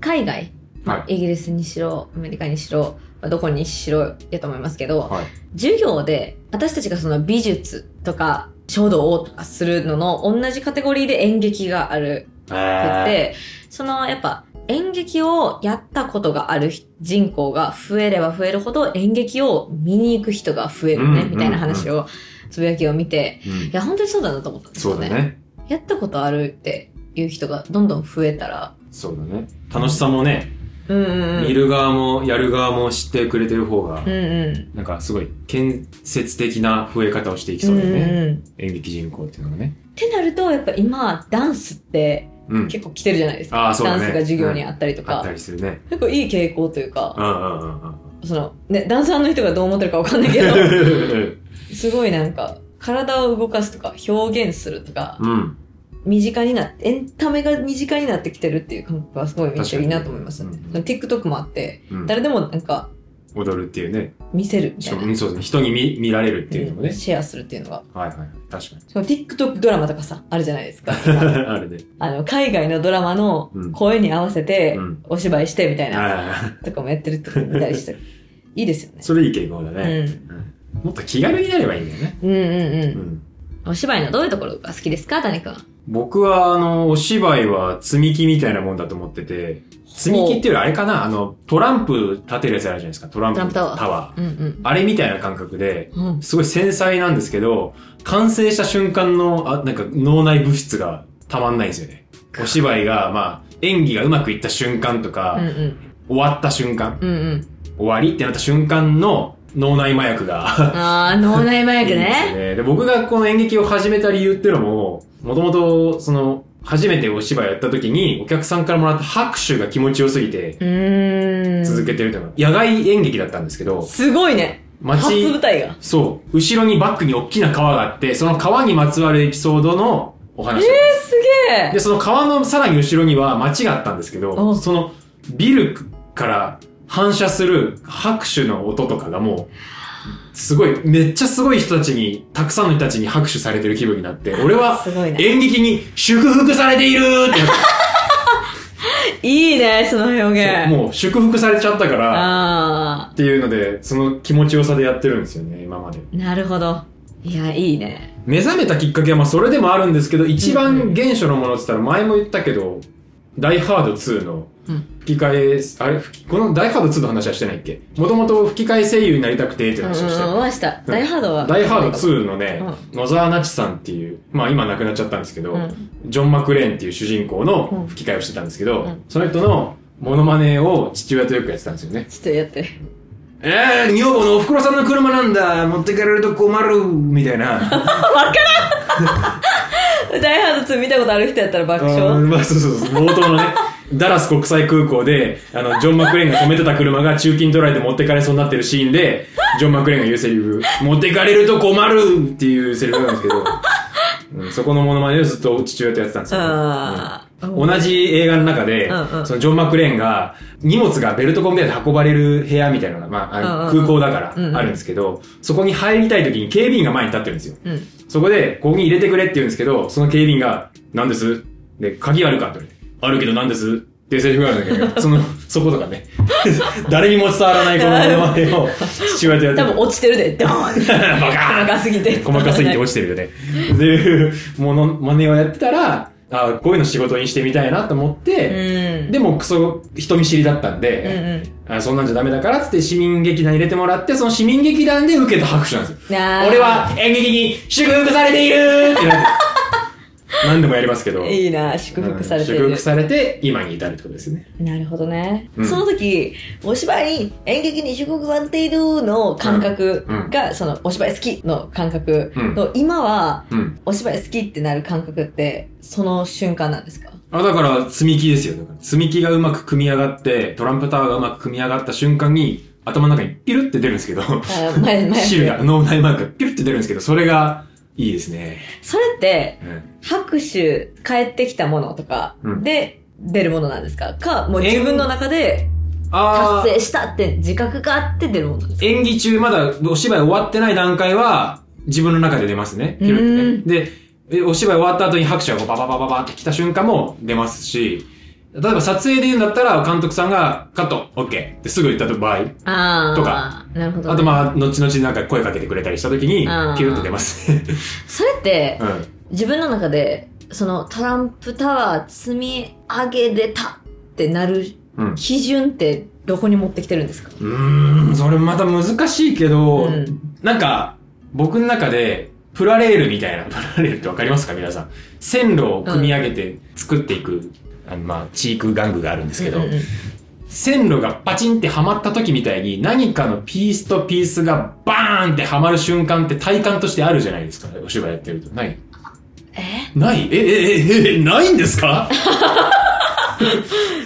海外、まあ
は
イギリスにしろ、アメリカにしろ、まあどこにしろやと思いますけど、
はい
授業で私たちがその美術とか書道とかするのの同じカテゴリーで演劇があるく
え
て、そのやっぱ演劇をやったことがある人口が増えれば増えるほど演劇を見に行く人が増えるね、
うん
みたいな話を、つぶやきを見て、
ーうん
いや、本当にそうだなと思ったんです
そ
よ
う
ね。
だね。
やったことあるっていう人がどんどん増えたら、
そうだね。楽しさもね、
うんうんうん。
見る側もやる側も知ってくれてる方が
うん、うん。
なんかすごい建設的な増え方をしていきそうだよね。
うんうん。
演劇人口っていうのがね。
ってなると、やっぱ今、ダンスって
うん。
結構来てるじゃないですか。
ああ、そう
ダ
だ
ン
ね。
スが授業にあ
っ
ったりと
あ
か
っ、たりするね。
結構いい傾向というか
う、んうんうんうん。
その、ね、ダンサーの人がどう思ってるかわかんないけど、すごいなんか、体を動かすとか、表現するとか、
うん。
身近になって、エンタメが身近になってきてるっていう感覚はすごいめっちゃいいなと思いますね
確。
その TikTok もあって、
うん
誰でもなんか、
踊るっていうね。
見せるみ
した
い
か
な。
もそうですね。人に見見られるっていうのもね
ん。シェアするっていうのが。
はいはいはい。確か
しかも TikTok ドラマとかさ、あるじゃないで すか。
に。 あれで。
あの、海外のドラマの
うん
声に合わせて
うん、
お芝居してみたいな、
ああ、
とかもやってるとか見た りしてる。いいですよね。
それいい傾向だね。う
う
んもっと気軽になればいいんだよね。
ん。うんうんう。
うんん。
お芝居のどういうところが好きですか谷くん。
僕は、あの、お芝居は積み木みたいなもんだと思ってて、積み木っていうよりあれかなあの、トランプ立てるやつあるじゃないですか。トランプ
トランプタワー
タワー。
うんうん。
あれみたいな感覚で、
うん。
すごい繊細なんですけど、完成した瞬間の、あ、なんか脳内物質がたまんないんですよね。お芝居が、まあ、演技がうまくいった瞬間とか、
うんうん。
終わった瞬間、
うんうん。
終わりってなった瞬間の脳内麻薬が、
あー、脳内麻
いいんで
薬
すよ
ね。
ね。で、僕がこの演劇を始めた理由っていうのも、もともと、その、初めてお芝居やった時に、お客さんからもらった拍手が気持ちよすぎて、
うーん。
続けてるというのは、野外演劇だったんですけど、
すごいね。初
街、
舞台が。
そう。後ろにバックに大きな川があって、その川にまつわるエピソードのお話だったんです。
すげえ
で、その川のさらに後ろには町があったんですけど、
お
そのビルから反射する拍手の音とかがもう、すごい、めっちゃすごい人たちに、たくさんの人たちに拍手されてる気分にな って、俺は
すごいね。
演劇に祝福されているってなっ
いい ね、その表
て
現。
もう祝福されちゃったから、
あ
っていうので、その気持ちよさでやってるんですよね、今まで。
ー、なるほど。いや、いいね。
目覚めたきっかけはまあそれでもあるんですけど一番原初のものって言ったら前も言ったけど「ダイ・ハード2」の
うん
吹き替えあれ吹きこの「ダイ・ハード2」の話はしてないっけもともと吹き替え声優になりたくてって
うんうん
話をして、
うん、はした。ダイハードは。
ダイ・ハード2」のね、野沢那智さんっていうまあ今亡くなっちゃったんですけど、
うん。
ジョン・マクレーンっていう主人公の吹き替えをしてたんですけど、その人のモノマネを父親とよくやってたんですよね
ちょっとやって。
えー、女房のおふくろさんの車なんだ持ってかれると困るみたい な
大ハード2見たことある人やったら爆
あー
笑。
まあ、そうそうそう冒頭のね ダラス国際空港であのジョン・マクレーンが止めてた車が中金取られて持ってかれそうになってるシーンでジョン・マクレーンが言うセリフ「持ってかれると困る!」っていうセリフなんですけど、うんそこのモノマネをずっと父親とやってたんですよ、
あー
同じ映画の中で、
うんうん
そのジョン・マクレーンが荷物がベルトコンベヤーで運ばれる部屋みたいなのが、まああの
うんうんうん
空港だからあるんですけど、そこに入りたい時に警備員が前に立ってるんですよ。
うん
そこで、ここに入れてくれって言うんですけど、その警備員が、何ですで、鍵あるかって言われて、あるけど何ですっていうセリフがあるんだけど、その、そことかね。 誰にも伝わらないこのモノマネを父親とやって
多
る
分落ちて るで、ドーン
バカーン
細かすぎて。
細かすぎて落ちてるよね。っていうもの、真似をやってたら、あこういうの仕事にしてみたいなと思って、
うん。
でもクソ人見知りだったん
うん
で、
う
あそんなんじゃダメだからっつって市民劇団入れてもらって、その市民劇団で受けた拍手なんですよ。
ん。なあ
俺は演劇に祝福されているってな って、何でもやりますけど。
いいな、祝福されて
うん祝
る
福。されて、今に至るってことですよね。
なるほどね。
うん
その時、お芝居、演劇に祝福されているの感覚が、その、お芝居好きの感覚
うん
と、今は、
うん。
お芝居好きってなる感覚って、その瞬間なんですか
あ、だから、積み木ですよ。だから積み木がうまく組み上がって、トランプタワーがうまく組み上がった瞬間に、頭の中にピルって出るんですけど、
あ 前、前。
汁が、脳内マークがピュって出るんですけど、それがいいですね。
それって、
うん
拍手、返ってきたものとか
うん
で出るものなんですかか、もう自分の中で
あ
達成したって自覚があって出るものなんですか
演技中、まだお芝居終わってない段階は、自分の中で出ますね。ピュルってねで、えお芝居終わった後に拍手がこうバババババって来た瞬間も出ますし、例えば撮影で言うんだったら、監督さんが、カット、オッケーってすぐ言った場合、
あー
とか。
なるほどね、
あとまあ、後々なんか声かけてくれたりした時に
あー、
ピュルって出 ますね。
それって
う、ん。
自分の中で、そのトランプタワー積み上げれたってなる
うん
基準ってどこに持ってきてるんですか
うーん、それまた難しいけど、
うん
なんか、僕の中で、プラレールみたいな、 プラレールってわかりますか皆さん。線路を組み上げて作っていく、あのまあ、地域玩具があるんですけど、
うんうんうん
線路がパチンってはまった時みたいに、何かのピースとピースがバーンってはまる瞬間って体感としてあるじゃないですか、お芝居やってると。ない
え
ないえ、え、え、え、え、ないんですか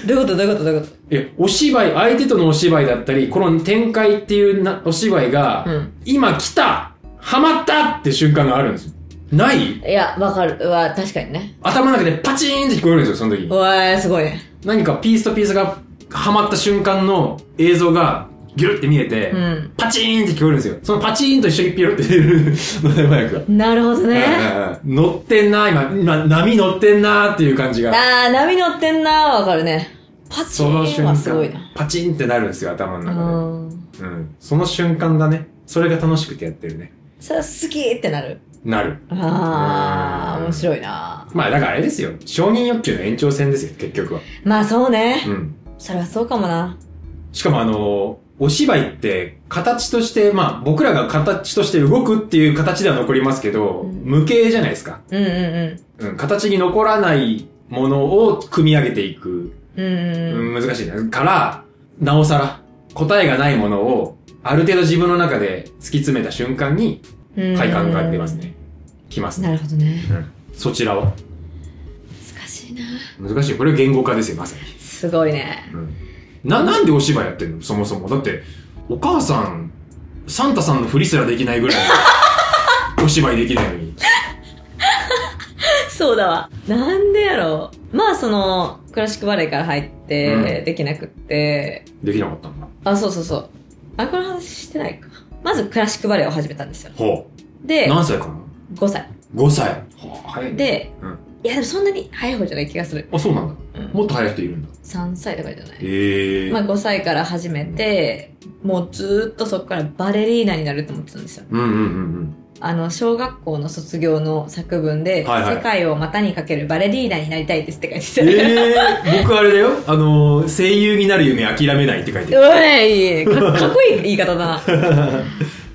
どういうことどういうことどういうこ
いや、お芝居、相手とのお芝居だったり、この展開っていうなお芝居が、
とうん。
今来たハマったって瞬間があるんですよ。ない
いや、わかる。うわ、確かにね。
頭の中でパチーンって聞こえるんですよ、その時
う
に。
わー、すごいね。
何かピースとピースがハマった瞬間の映像がギュルって見えて、
うん。
パチーンって聞こえるんですよ。そのパチーンと一緒にピロって出るので早くが。
なるほどね。
うん乗ってんな、今、今、波乗ってんなっていう感じが。
あー、波乗ってんなわかるね。パチ
その
ー
瞬
ンは
間
すごいな。、
パチンってなるんですよ、頭の
う
中
ん。
で。うん。その瞬間だね。それが楽しくてやってるね。
それは好きってなる。
なる。
あ
う
ー、
ん
面白いな
まあ、だからあれですよ。承認欲求の延長線ですよ、結局は。
まあそうね。
うん。
それはそうかもな。
しかもあの、お芝居って形として、まあ僕らが形として動くっていう形では残りますけど、
うん
無形じゃないですか。
うんうん
うん、形に残らないものを組み上げていく。
うん。うんうんうん。
うん難しいね。から、なおさら、答えがないものを、ある程度自分の中で突き詰めた瞬間に、快感が出ますね。きます
な
ね。
るほどね。
うん、そちらは
難しいな。
難しい。これ言語化ですよ、まさに。
すごいね。
うんな、なんでお芝居やってんのそもそも。だって、お母さん、サンタさんのふりすらできないぐ らい、お芝居できないのに。
そうだわ。なんでやろう。まあその、クラシックバレエから入って、
う
できなくって、
できなかったんだ。
あ、そうそうそう。あ、この話してないか。まずクラシックバレエを始めたんですよ。
ほう。
で、
何歳かな
5歳。
?5 歳。はあ、早いね。
で、
うん
いやでもそんなに早い方じゃない気がする。
あ、そうなんだ。
うん
もっと早い人いるんだ。
3歳とかじゃない。
ええ
まあ5歳から始めて、もうずーっとそこからバレリーナになると思ってたんですよ。
うんうんうん
あの、小学校の卒業の作文で、
はいはい
世界を股にかけるバレリーナになりたいですって書いて
う
た
ん。。えー、僕あれだよ。あのー、声優になる夢諦めないって書いてる。
お いかかっこいい言い方だな。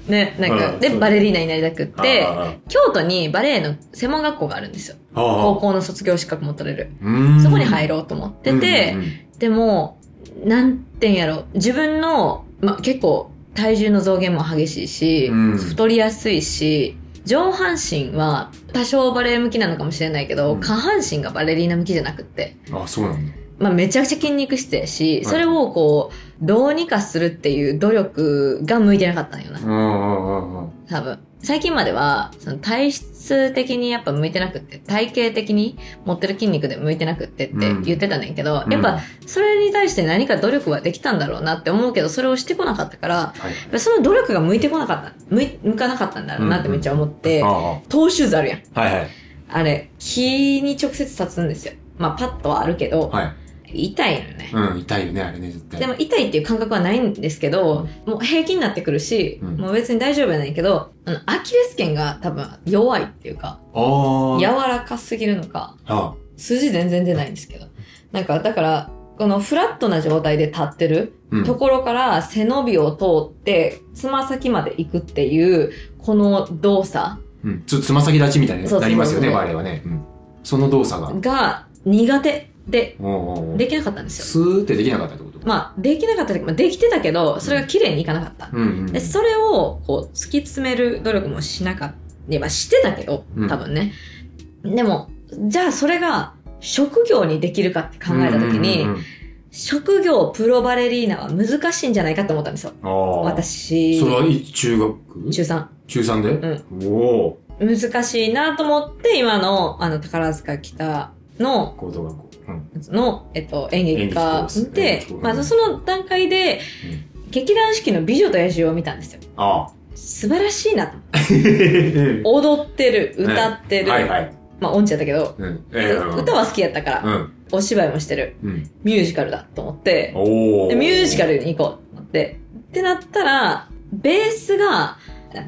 ね、なん
う
か、
ん
で、
そう
バレリーナになりたくって
あーあー、
京都にバレエの専門学校があるんですよ。高
ああ。
校の卒業資格も取れる。
うん
そこに入ろうと思ってて、
うんうんうん
でも、なんてんやろ、自分の、ま、結構、体重の増減も激しいし、
うん
太りやすいし、上半身は多少バレエ向きなのかもしれないけど、
うん
下半身がバレリーナ向きじゃなくって、
あ、そうなんだ。
まあめちゃくちゃ筋肉質やし、
い
それをこう、どうにかするっていう努力が向いてなかったんよな
う、んうんうんうん。
多分。最近までは、その体質的にやっぱ向いてなくって、体型的に持ってる筋肉で向いてなくってって
うん
言ってたねんけど、
うん
やっぱそれに対して何か努力はできたんだろうなって思うけど、それをしてこなかったから、
はい。
その努力が向いてこなかった、向い向かなかったんだろうなってめっちゃ思って、
ああ。
トーシューズあるやん。
はいはい。
あれ、木に直接立つんですよ。まあパッとはあるけど、
はい。
痛いのよね。
うん、痛いよね、あれね、絶対。
でも痛いっていう感覚はないんですけど、もう平気になってくるし、
うん
もう別に大丈夫やないけど、あの、アキレス腱が多分弱いっていうか、
ああ。
柔らかすぎるのか、
あ
筋全然出ないんですけど。なんか、だから、このフラットな状態で立ってる
うん
ところから背伸びを通って、つま先まで行くっていう、この動作
うん。ちょっとつま先立ちみたいに
そうそうそう
なりますよね、バレーはね。うん。その動作が。
が苦手で、
おうおうおう
できなかったんですよ。
スーってできなかったってこと
まあ、できなかったけど、まあできてたけど、それが綺麗にいかなかった。
うんうん。
で、それを、こう、突き詰める努力もしなかった。まあ、してたけど
うん、
多分ね。でも、じゃあそれが、職業にできるかって考えたときに、
うんうんうんうん
職業プロバレリーナは難しいんじゃないかと思ったんですよ。
ああ。。
私、
それはい中学
中3。
中3でおお
難しいなと思って、今の、あの、宝塚北の、
高等学校。うん。
の、えっと、演
演劇
劇科で
コース演劇コー、ス
まあ、その段階で、劇団四季の美女と野獣を見たんですよ。
ああ。
素晴らしいなと。
は
踊ってる、歌ってる、
いはい。
まあ、音痴やったけど、
うん。
歌は好きやったから、
うん。
お芝居もしてる、
うん。
ミュージカルだと思って、
おお。
でミュージカ
ル。
ルに行こうと思って、ってなったら、ベースが、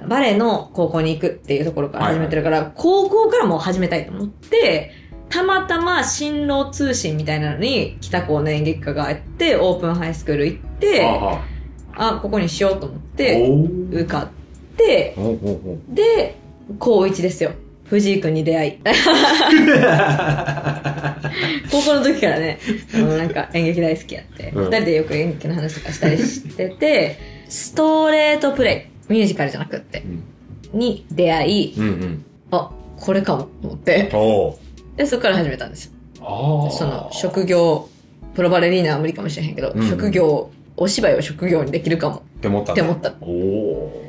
バレエの高校に行くっていうところから始めてるから、高校からもう始めたいと思って、たまたま新郎通信みたいなのに北高の演劇科があって、オープンハイスクール行って、
ああ。
あ、ここにしようと思って、
お
受かって、
お。お お。
で、高1ですよ。藤井くんに出会い。高校の時か らね、あのなんか演劇大好きやって、
うん
二人でよく演劇の話とかしたりしてて、ストレートプレイ、ミュージカルじゃなくって、に出会い、
うんうん。
あ、これかも、と思って、
おお。
で、そこから始めたんですよ。
ああ。
その、職業、プロバレリーナは無理かもしれへんけど、
うん
職業、お芝居を職業にできるかも、
って思った。
って思った。
おお。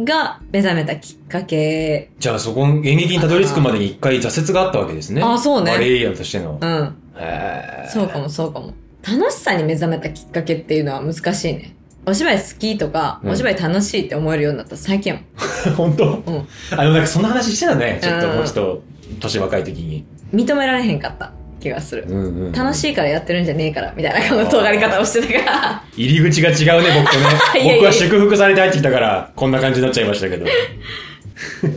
が、目覚めたきっかけ、
じゃあそこ、演劇にたどり着くまでに一回挫折があったわけですね。
あそうね
バレエアとしての。
うん。
へえ。
そうかもそうかも。楽しさに目覚めたきっかけっていうのは難しいね。お芝居好きとか、
うん
お芝居楽しいって思えるようになった最近やもん
本当
ん
あ、でもなんかそんな話してたね。ちょっと
うん
もうちょっと、年若い時に。
認められへんかった気がする。
うんうんうん
楽しいからやってるんじゃねえから、みたいなこの尖り方をしてたから。
入り口が違うね、僕とね
いやいやいや
僕は祝福されて入ってきたから、こんな感じになっちゃいました けど。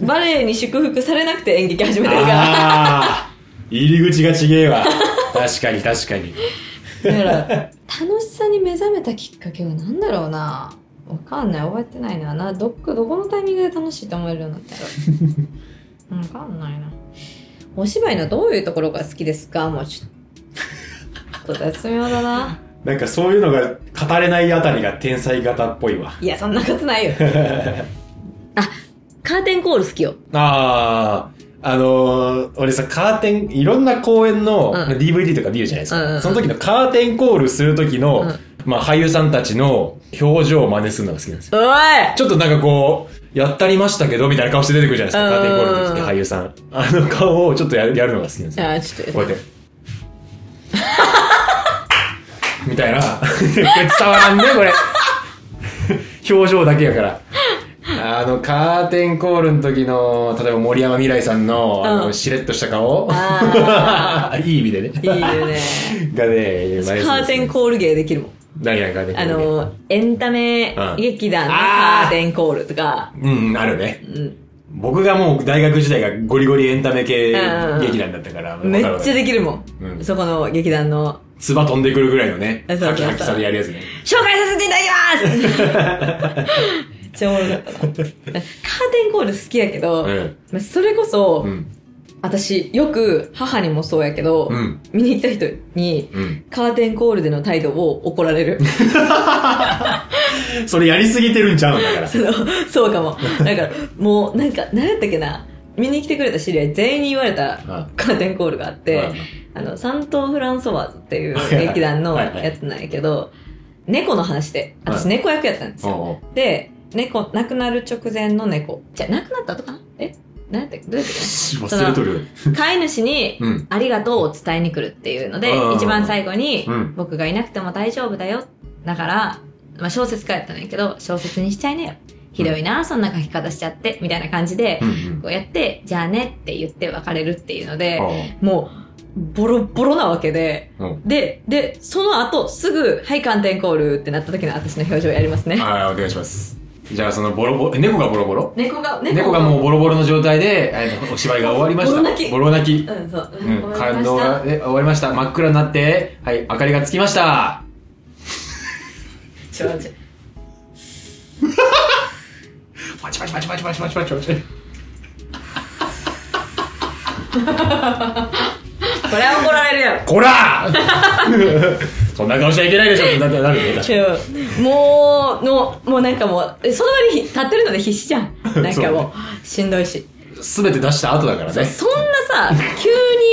バレエに祝福されなくて演劇始めてるから。
ああー入り口が違えわ。確かに確かに。
だから、楽しさに目覚めたきっかけは何だろうな。わかんない。覚えてないな。な、どっか、どこのタイミングで楽しいと思えるようになったら。わかんないな。お芝居のどういうところが好きですかもうちょっと。ちょっと絶妙だな。
なんかそういうのが語れないあたりが天才型っぽいわ。
いや、そんなことないよ。あ、カーテンコール好きよ。
ああ、あのー俺さ、カーテン、いろんな公演の
うん
DVD とか見るじゃないですか。
うんうんうん
その時のカーテンコールする時の、
うん
まあ俳優さんたちの表情を真似するのが好きなんですよ。
おい
ちょっとなんかこう、やったりましたけど、みたいな顔して出てくるじゃないですか。カーテンコールの時って俳優さん。あの顔をちょっとやるやるのが好きなんですよ。
あ、ちょっと
こ。うやって。 みたいな。これ伝わらんね、これ。表情だけやから。あの、カーテンコールの時の、例えば森山未来さんの、あ
う
の、
ん
しれっとした顔。
あ
いい意味でね。
いいよね。
がね、
カーテ
ー
ン
ル。
コール芸できるもん。
何や、カーテンコ
あ
ールね。
の、エンタメ劇団のカーテンコールとか、
うん、あるね。
うん、
僕がもう大学時代がゴリゴリエンタメ系
うん
劇団だったから、
めっちゃできるもん。
うん
そこの劇団の、
つば飛んでくるぐらいのね、ハ
そうそうそう
キハキさでやるやつね。
紹介させていた だきますめっちゃおもろかったな。カーテンコール好きやけど、
うん
まあそれこそ、
うん。
私、よく母にもそうやけど、
うん。
見に行った人に、
うん。
カーテンコールでの態度を怒られる。
それやりすぎてるんちゃうんだから。
そのそうかも。だから、もう、なんか、何やったっけな。見に来てくれた知り合い全員に言われた
あ
カーテンコールがあって、
あ
あの、サントンフランソワーズってい
はいは
う
い
劇団の
はいはい
やつなんやけど、猫の話で、
は
私
い
猫役やったんです
お
よ。
うおう
で、猫、亡くなる直前の猫。じゃ、亡くなった後かなえ何やったっけどうやったっ
忘れとる。
けな飼い主に、
うん。
ありがとうを伝えに来るっていうので
あ、ー
一番最後に、
うん。
僕がいなくても大丈夫だよ。だから、まあ、小説家やったんやけど、小説にしちゃいなよ。ひどいな、そんな書き方しちゃって、みたいな感じで
う、んうん。
こうやって、じゃあねって言って別れるっていうので、
おう
もう、ボロボロなわけで、
うん
で、で、その後、すぐ、はい、寒天コールってなった時の私の表情やりますね。
はい、お願いします。じゃあ、そのボロボロ、猫がボロボロ
猫が、
猫がもうボロボロの状態で、えーお芝居が終わりました。
ボロ泣き
ボロ泣き。
うん、そう。
うん、
終わ
感
りました
動が、え、終わりました。真っ暗になって、はい、明かりがつきました。
ちょちょ
パチパチパチパチパチパチパチパチ。
これは怒られるやろ。
こらそんな顔しちゃいけないでしょ。だってなるね、確かに。
うんもう、の、もうなんかもう、えその割に立ってるので必死じ ゃん。なんかもう、しんどいし。
すべて出した後だからね。
そんなさ、急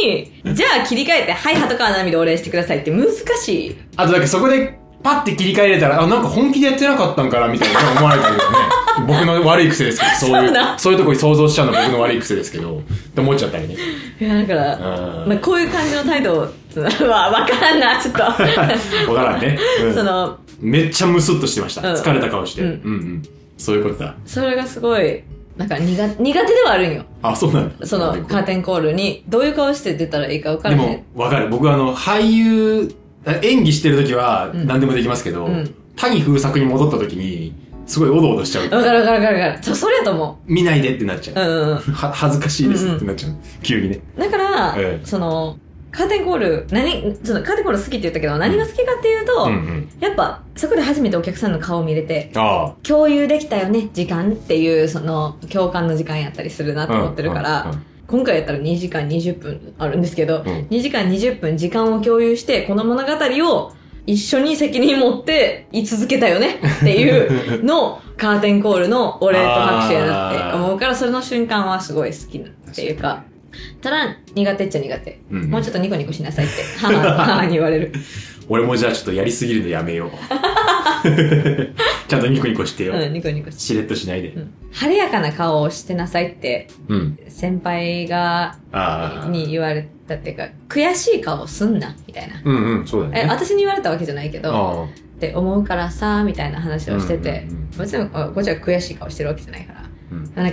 に、じゃあ切り替えて、はい、鳩川奈美でお礼してくださいって難しい。
あとだけそこで、パッて切り替えれたら、あ、なんか本気でやってなかったんかな、みたいな思われてるよね。 僕の悪い癖ですけど、そうい
そう
う、
な
そういうとこに想像しちゃうの僕の悪い癖ですけど、って思っちゃったりね。
いや、だから、
うん
まあ、こういう感じの態度、 はわからんな、ちょっ と。
わからん ね。うん
その、
めっちゃムスっとしてました。
うん
疲れた顔して。
う
うんんうん。そういうことだ。
それがすごい、なんか苦苦手ではあるんよ。
あ、そうなんだ。
そのカーテンコールに、どういう顔して出たらいいか分か
で
らない。
も、わかる。僕はあの、俳優、演技してる時は
ん
何でもできますけど、
うん
谷風作に戻った時に、すごいおどおどしちゃう。
分かる分かる分かる分かる。そそれやと思
見ないでってなっちゃ
う。う
う。
んうんうん。
は恥ずかしいですってなっちゃう。急にね。
だから、
ええ
その、カーテンコール、何、そのカーテンコール好きって言ったけど、何が好きかっていうと、
うんうん。
やっぱ、そこで初めてお客さんの顔を見れて、
あ
共有できたよね、時間っていう、その、共感の時間やったりするな
あ。
と思ってるから、
うんうん
今回やったら2時間20分あるんですけど、
うん
2時間20分時間を共有して、この物語を一緒に責任持って言い続けたよねっていうの、カーテンコールのお礼と拍手やなって思うから、それの瞬間はすごい好きなっていうか、ただ苦手っちゃ苦手。
うんうん
もうちょっとニコニコしなさいって、母母に言わ れる。
俺もじゃあちょっとやりすぎるのやめ よう。ちゃんとニコニコしてよ。
うん、ニコニコし
しれっとしないで。
うん晴れやかな顔をしてなさいって、
うん。
先輩が、
ああ。
に言われたっていうか、悔しい顔すんな、みたいな。
うんうん、そうだね。
え、私に言われたわけじゃないけど、
ああ。
って思うからさみたいな話をしてて、
うんうんうん
もちろんあこっちは悔しい顔してるわけじゃないから、
うん
なんかは ぁ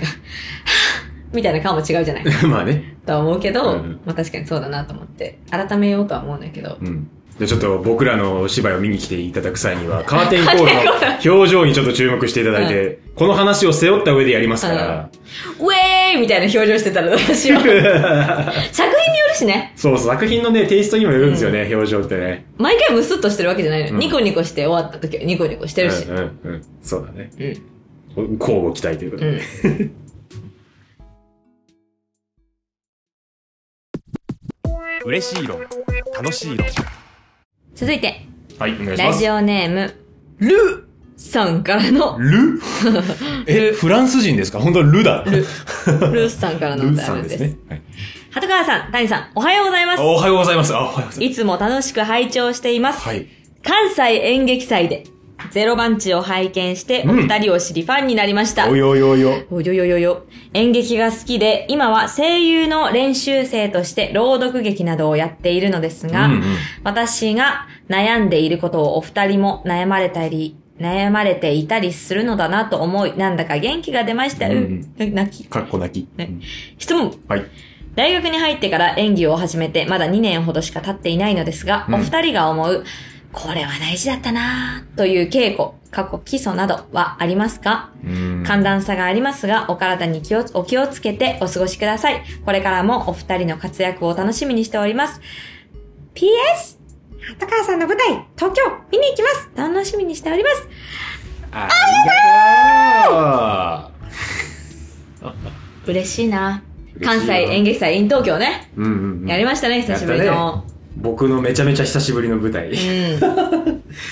みたいな顔も違うじゃない
まあね。
とは思うけど、
うんうん
まあ、確かにそうだなと思って改めようとは思うんだけど
うん。じゃあちょっと僕らのお芝居を見に来ていただく際に は、カーテンコールの表情にちょっと注目していただいて、この話を背負った上でやりますから。
ウェーイみたいな表情してたらどう しよう作品によるしね
そうそう、作品のね、テイストにもよるんですよね、表情ってね。
毎回ムスッとしてるわけじゃないのよ、
うん
ニコニコして終わった時はニコニコしてるし、
うんうんうん。そうだね。
うん
交互期待ということで。
うん
嬉しい論楽しい論
続いて
はい、お願いしま
ラ
す
ジ。オネームルさんからの
ルえ、フランス人ですか本当ルだ。 ル
ルさんからのお便
さん
り
で
ですす
ね。はい
鳩川さん谷さんおはようございます
あおはようございます。あおはようござい
いつも楽しく拝聴していま。
ますす。はい。
関西演劇祭で、ゼロ番地を拝見して、
う
お
ん
二人を知りファンになりました。
およよよ。
およよよよ。演劇が好きで、今は声優の練習生として朗読劇などをやっているのですが、
うんうん
私が悩んでいることをお二人も悩まれたり、悩まれていたりするのだなと思い、なんだか元気が出ました。
うん
うん、泣き。
かっこ泣き。
ね
うん
質問。
はい。
大学に入ってから演技を始めてまだ2年ほどしか経っていないのですが、
うん
お二人が思う、これは大事だったなぁという稽古、過去基礎などはありますか、
うん
寒暖差がありますが、お体に気を、お気をつけてお過ごしください。これからもお二人の活躍を楽しみにしております。PS! 鳩川さんの舞台、東京、見に行きます楽しみにしております
ありがとう
嬉しいな関西演劇祭 in 東京ね。
うんうんうん
やりましたね、久しぶり
や
の。
僕のめちゃめちゃ久しぶりの舞台。
うん。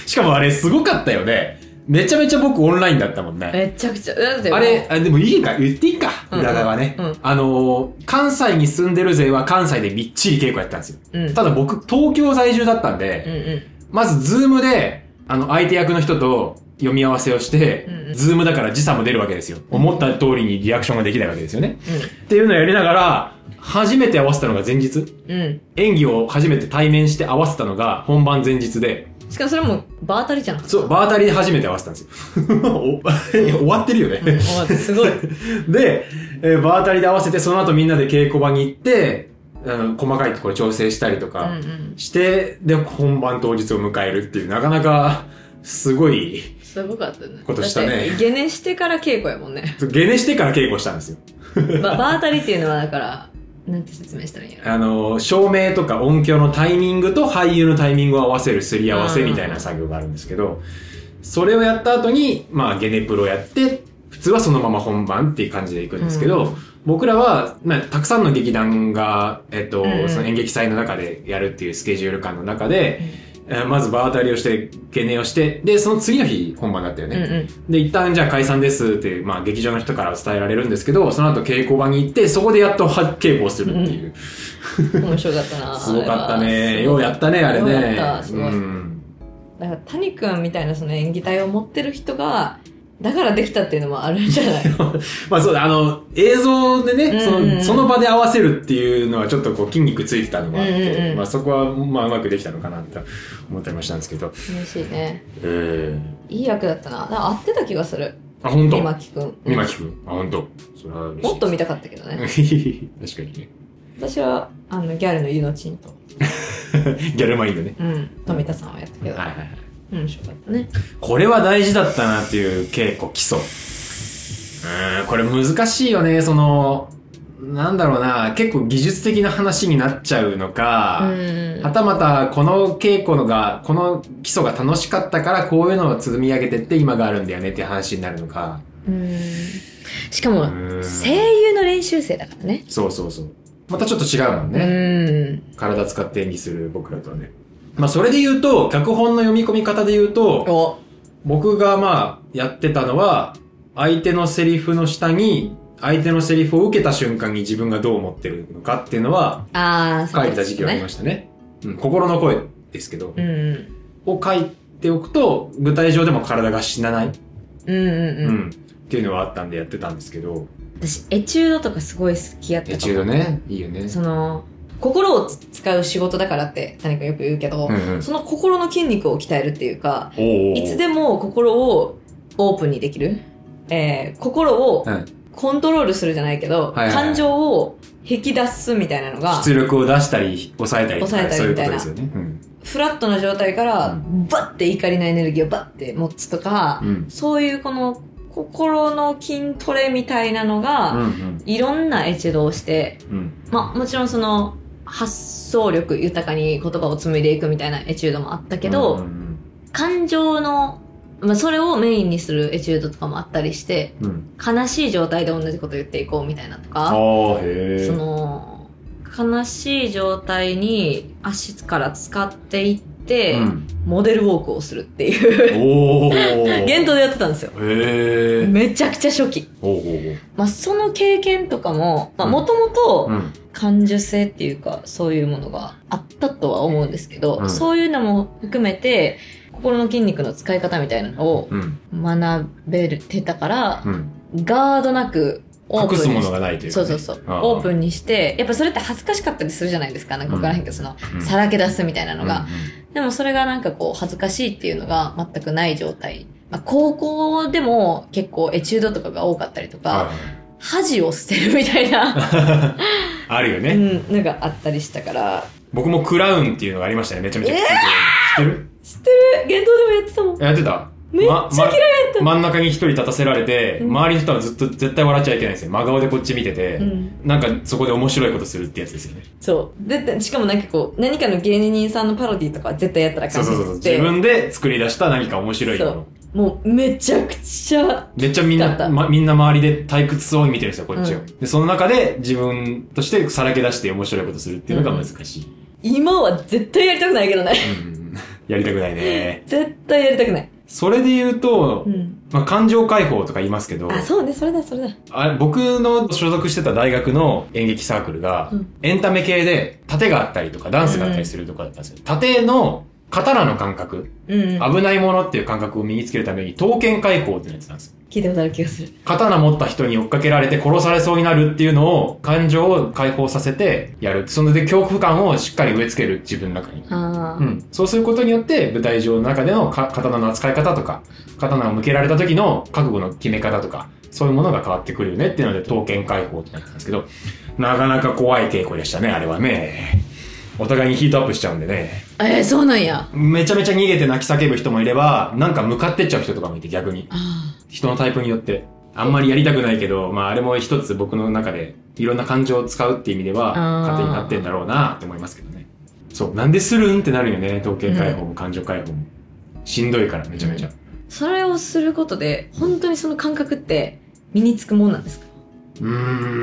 しかもあれすごかったよね。めちゃめちゃ僕オンラインだったもんね。
めちゃくちゃ。だってもう
あれ、あでもいいか、言っていいか、
うん
裏側ね。
うん
あのー関西に住んでる勢は関西でみっちり稽古やったんですよ。
うん。
ただ僕、東京在住だったんで、
うんうん。
まずズームで、あの、相手役の人と読み合わせをして、
うんうん
ズームだから時差も出るわけですよ。思った通りにリアクションができないわけですよね。っていうのをやりながら、初めて合わせたのが前日。
うん。
演技を初めて対面して合わせたのが本番前日で、
うん。しかもそれも場当たりじゃん。
そう、場当たりで初めて合わせたんですよ。 お終わってるよね。
うんお すごい。
で、えー場当たりで合わせて、その後みんなで稽古場に行って、あの、細かいところ調整したりと
う
か
んうん。
して、で、本番当日を迎えるっていう、なかなか、すごい、
すごかったね。
ことしたね
だってゲネしてから稽古やも んね。
ゲネしてから稽古したんですよ。
ば場当たりっていうのはだから、なんて説明したらいいんやろ。
あの、照明とか音響のタイミングと俳優のタイミングを合わせるすり合わせみたいな作業があるんですけど、それをやった後に、まあ、ゲネプロやって、普通はそのまま本番っていう感じで行くんですけど、僕らは、まあ、たくさんの劇団が、えっと、
うん
その演劇祭の中でやるっていうスケジュール感の中で、えーまず場当たりをして、ゲネをして、で、その次の日本番だったよね。
うんうん。
で、一旦じゃあ解散ですって、まあ劇場の人から伝えられるんですけど、その後稽古場に行って、そこでやっとは稽古をするっていう。
面白かった な
すごかった
あれは
ね。ようやったね、あれ
ようやった
ね。
す
う
ごい
ん。
だから谷くんみたいなその演技体を持ってる人がだからできたっていうのもあるんじ ゃない
まあそうだ、あの、映像でね、そ
うんうんう
の
ん
その場で合わせるっていうのはちょっとこう筋肉ついてたのがあっ
うんうんう
て、
ん
まあそこはまあうまくできたのかなって思ったりもしたんですけど。
嬉しいね
え
いい役だったななんか合ってた気がする
ー、あ、本当
三巻くん
今聞く。あ、本当それは嬉しい。
もっと見たかったけどね
確かにね。
私はあのギャルのユノチンと、
ギャルマインドね。
うん、富田さんをやったけど
はいはいはい。
うん面白かったね
これは大事だったなっていう稽古基礎。うーん、これ難しいよね、その、なんだろうな、結構技術的な話になっちゃうの
う
か、
ん
はたまたこの稽古のが、この基礎が楽しかったからこういうのを積み上げてって今があるんだよねっていう話になるのか。
うんしか
う
も
ーん
声優の練習生だからね
そうそうそう。またちょっと違うもんね。
うん
体使って演技する僕らとはね。まあそれで言うと、脚本の読み込み方で言うと、
お
僕がまあやってたのは相手のセリフの下に相手のセリフを受けた瞬間に自分がどう思ってるのかっていうのは
ああ
書いてた時期はありましたね。うん、心の声ですけど、
うんうん
を書いておくと具体上でも体が死なない、
うん
う
うんんうん
っていうのはあったんでやってたんですけど、
私エチュードとかすごい好きやったか
エ
も
チュードね、いいよね。
その心を使う仕事だからって何かよく言うけど、
うんうん、
その心の筋肉を鍛えるっていうか
お
いつでも心をオープンにできる、えー心を
うん
コントロールするじゃないけ
はい
ど、
はいはい
感情を引き出すみたいなのが
出力を出したり抑えたりとか
抑えたり
そういうこ
みたい
と
な
ですよね。うん
フラットな状態からバッて怒りのエネルギーをバッて持つとか、
うん
そういうこの心の筋トレみたいなの
うん
が、いろんなエチュードをして
うんうん
まあもちろんその発想力豊かに言葉を紡いでいくみたいなエチュードもあったけど、
うんうん
感情の、まあ、それをメインにするエチュードとかもあったりして
うんうん、
悲しい状態で同じこと言っていこうみたいなと
あ
か
あへえ
その悲しい状態に足から使っていって、
うん、
モデルウォークをするっていう
おお
言動でやってたんですよ
へえ。
めちゃくちゃ初期、
おうおう
まあ、その経験とかも
うん
もとも
おう。
と
ん。
感受性っていうかそういうものがあったとは思うんですけど、
うん
そういうのも含めて心の筋肉の使い方みたいなのを
うん。
学べてたから、
うん。
ガードなくオープ
隠
ンに
すものがないというか
そう
ね
そうそう
ああ
オープンにしてやっぱそれって恥ずかしかったりするじゃないですかなんか分からへんけど、その
うん
さらけ出すみたいなのが、
う
でもそれがなんかこう恥ずかしいっていうのが全くない状態、まあ、高校でも結構エチュードとかが多かったりと
んうん
か、恥を捨てるみた いな、
はいあるよ
う
ね。
ん、のがあったりしたから
僕もクラウンっていうのがありましたね。めちゃめちゃきつい知ってる
え言動でもやってたもん
やってた
めっちゃ嫌い
やった。真ん中に一人立たせられて、
うん
周りの人はずっと絶対笑っちゃいけないんですよ。真顔でこっち見てて
う、ん、
なんかそこで面白いことするってやつですよね。
そうででしかもなんかこう何かの芸人さんのパロディとかは絶対やったらあか
そ
ん
う
って
そうそう。自分で作り出した何か面白いもの。
もうめちゃくちゃ、
めっちゃみん
きつか
な、
った
ま、みんな周りで退屈そうに見てるんですよ、こっちを。
うん
で、その中で自分としてさらけ出して面白いことするっていうのが難しい。
今は絶対やりたくないけどね。
うんやりたくないね。
絶対やりたくない。
それで言うと
う、ん。
まあ、感情解放とか言いますけど、
あ、そうね、それだ、それだ。
あれ僕の所属してた大学の演劇サークルが、
うん
エンタメ系で縦があったりとかダンスがあったりするとかだったんですよ。縦の刀の感覚、
うん。
危ないものっていう感覚を身につけるために刀剣解放ってのやってたんですよ。
聞いたことある気がする。
刀持った人に追っかけられて殺されそうになるっていうのを感情を解放させてやる。そので恐怖感をしっかり植え付ける自分の中に。
あ
う
ー
ん、そうすることによって舞台上の中でのか刀の扱い方とか刀を向けられた時の覚悟の決め方とかそういうものが変わってくるよねっていうので刀剣解放ってなったんですけどなかなか怖い稽古でしたねあれはねお互いにヒートアップしちゃうんでね
えー、そうなんや。
めちゃめちゃ逃げて泣き叫ぶ人もいればなんか向かってっちゃう人とかもいて逆に
あ
人のタイプによってあんまりやりたくないけど、まあ、あれも一つ僕の中でいろんな感情を使うっていう意味では
あー
糧になってんだろうなって思いますけどねそうなんでするんってなるよね統計解放も感情解放もしんどいからめちゃめちゃ、
それをすることで、本当にその感覚って身につくもんなんですか
う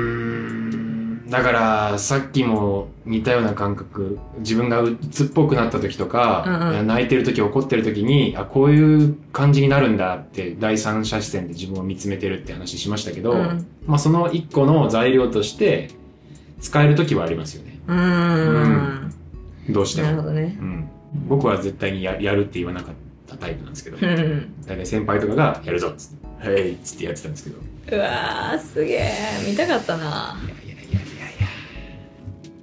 ーんだからさっきも似たような感覚自分がうつっぽくなった時とか、
うんう
泣いてる時怒ってる時にあこういう感じになるんだって第三者視点で自分を見つめてるって話しましたけど、
うん。
まあ、その一個の材料として使える時はありますよね
うーん。
どうして
なる
も、
ほどね。
うん、僕は絶対にややるって言わなかったタイプなんですけど
うん。
大体先輩とかが「やるぞ」っつって「はい」っつってやってたんですけどいう
わー、すげえ。見たかったな。
やいやいやいやいや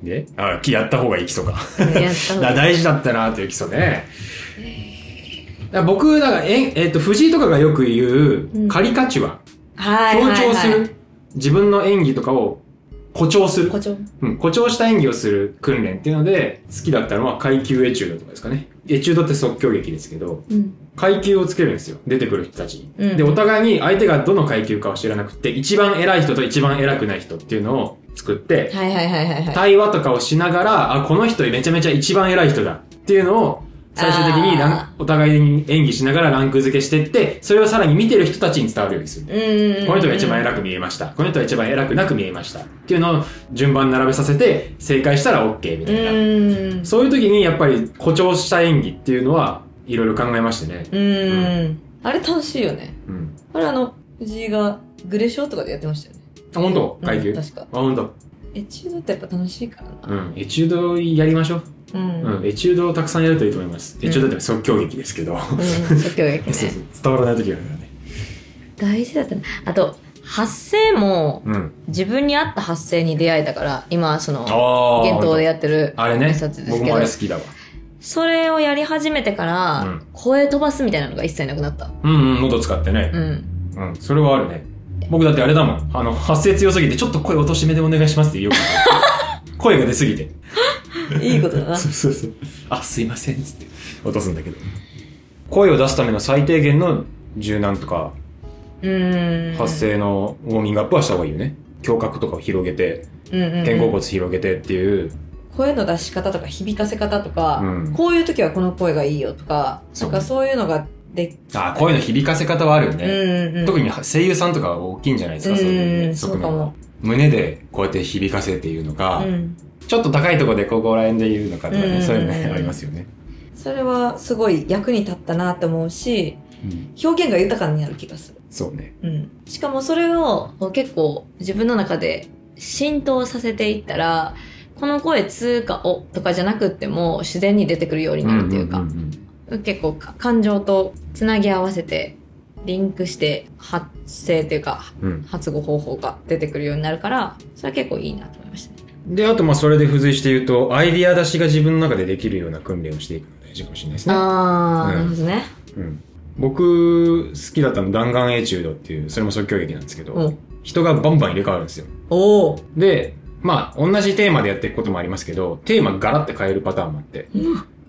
であやった方がいい基礎か
やった方
だ
が
大事だったなという基礎ねだから僕だからえ、えっと藤井とかがよく言
うん
うカリカチュア、
はいはい、
強
はい。
調する、。自分の演技とかを誇張する
誇張。
うん、誇張した演技をする訓練っていうので、好きだったのは階級エチュードとかですかね。エチュードって即興劇ですけど、
うん。
階級をつけるんですよ。出てくる人たちに。
うん
で、お互いに相手がどの階級かを知らなくて、一番偉い人と一番偉くない人っていうのを作って、
はいはいはいはいはい。
対話とかをしながら、あ、この人めちゃめちゃ一番偉い人だっていうのを、最終的にラン
あ
お互いに演技しながらランク付けしてって、それをさらに見てる人たちに伝わるようにする。
うん。
この人が一番偉く見えました。この人が一番偉くなく見えました。っていうのを順番に並べさせて、正解したら OK みたいな。
うん。
そういう時にやっぱり誇張した演技っていうのは、いろいろ考えましてね。
うん。あれ楽しいよね。
うん。
あれあの、藤井がグレショーとかでやってましたよね。
あ、本当階級。
うん
あ、
確か。
本当。
エチュードってやっぱ楽しいからな。
うん。エチュードやりましょう。
うん。
うん。エチュードをたくさんやるといいと思います。エチュードって即興劇ですけど。
うん、即興劇
そう
ね。
そう伝わらない時があるからね。
大事だったな。あと、発声も、
うん。
自分に合った発声に出会えたから、今、その、
ああ。
幻灯でやってる。
あれね
挨拶です。けど
僕もあれ好きだわ。
それをやり始めてから、
うん
声飛ばすみたいなのが一切なくなった。
うんうん、喉使ってね。
うん。
うん、それはあるね。僕だってあれだもん。あの、発声強すぎて、ちょっと声落とし目でお願いしますって言うよく声が出すぎて。
いいことだな。
そうそうそう。あ、すいません、つって。落とすんだけど。声を出すための最低限の柔軟とか、
うん。
発声のウォーミングアップはした方がいいよね。胸郭とかを広げて、
うんうんうん
肩甲骨広げてっていう。
声の出し方とか響かせ方とか、
うん
こういう時はこの声がいいよとか、
そ
な
うん
かそういうのがで、
あ、声の響かせ方はあるよ
うん
ね。
うんうん、
特に声優さんとかは大きいんじゃないですか、そういう、
う
ね、
んそう
側面
かも
は胸でこうやって響かせて言うのか、
うん、
ちょっと高いところでここら辺で言うのかとかね、
うん
そういうのね、ありますよね。
それはすごい役に立ったなって思うし、表現が豊かになる気がする。
そうね。
うん、しかもそれを結構自分の中で浸透させていったら、この声通過をとかじゃなくっても自然に出てくるようになるっていうか、
んんん
結構か感情とつなぎ合わせて、リンクして発声というか
うん
発語方法が出てくるようになるからそれは結構いいなと思いましたね
で、あとまあそれで付随して言うと、アイディア出しが自分の中でできるような訓練をしていくのが大事かもしれないですね。ーう
あ
んなるほ
どね
うん、僕、好きだったの弾丸エチュードっていう、それも即興劇なんですけど、
うん
人がバンバン入れ替わるんですよ。
おお
で、まあ、同じテーマでやっていくこともありますけど、テーマガラッて変えるパターンもあって、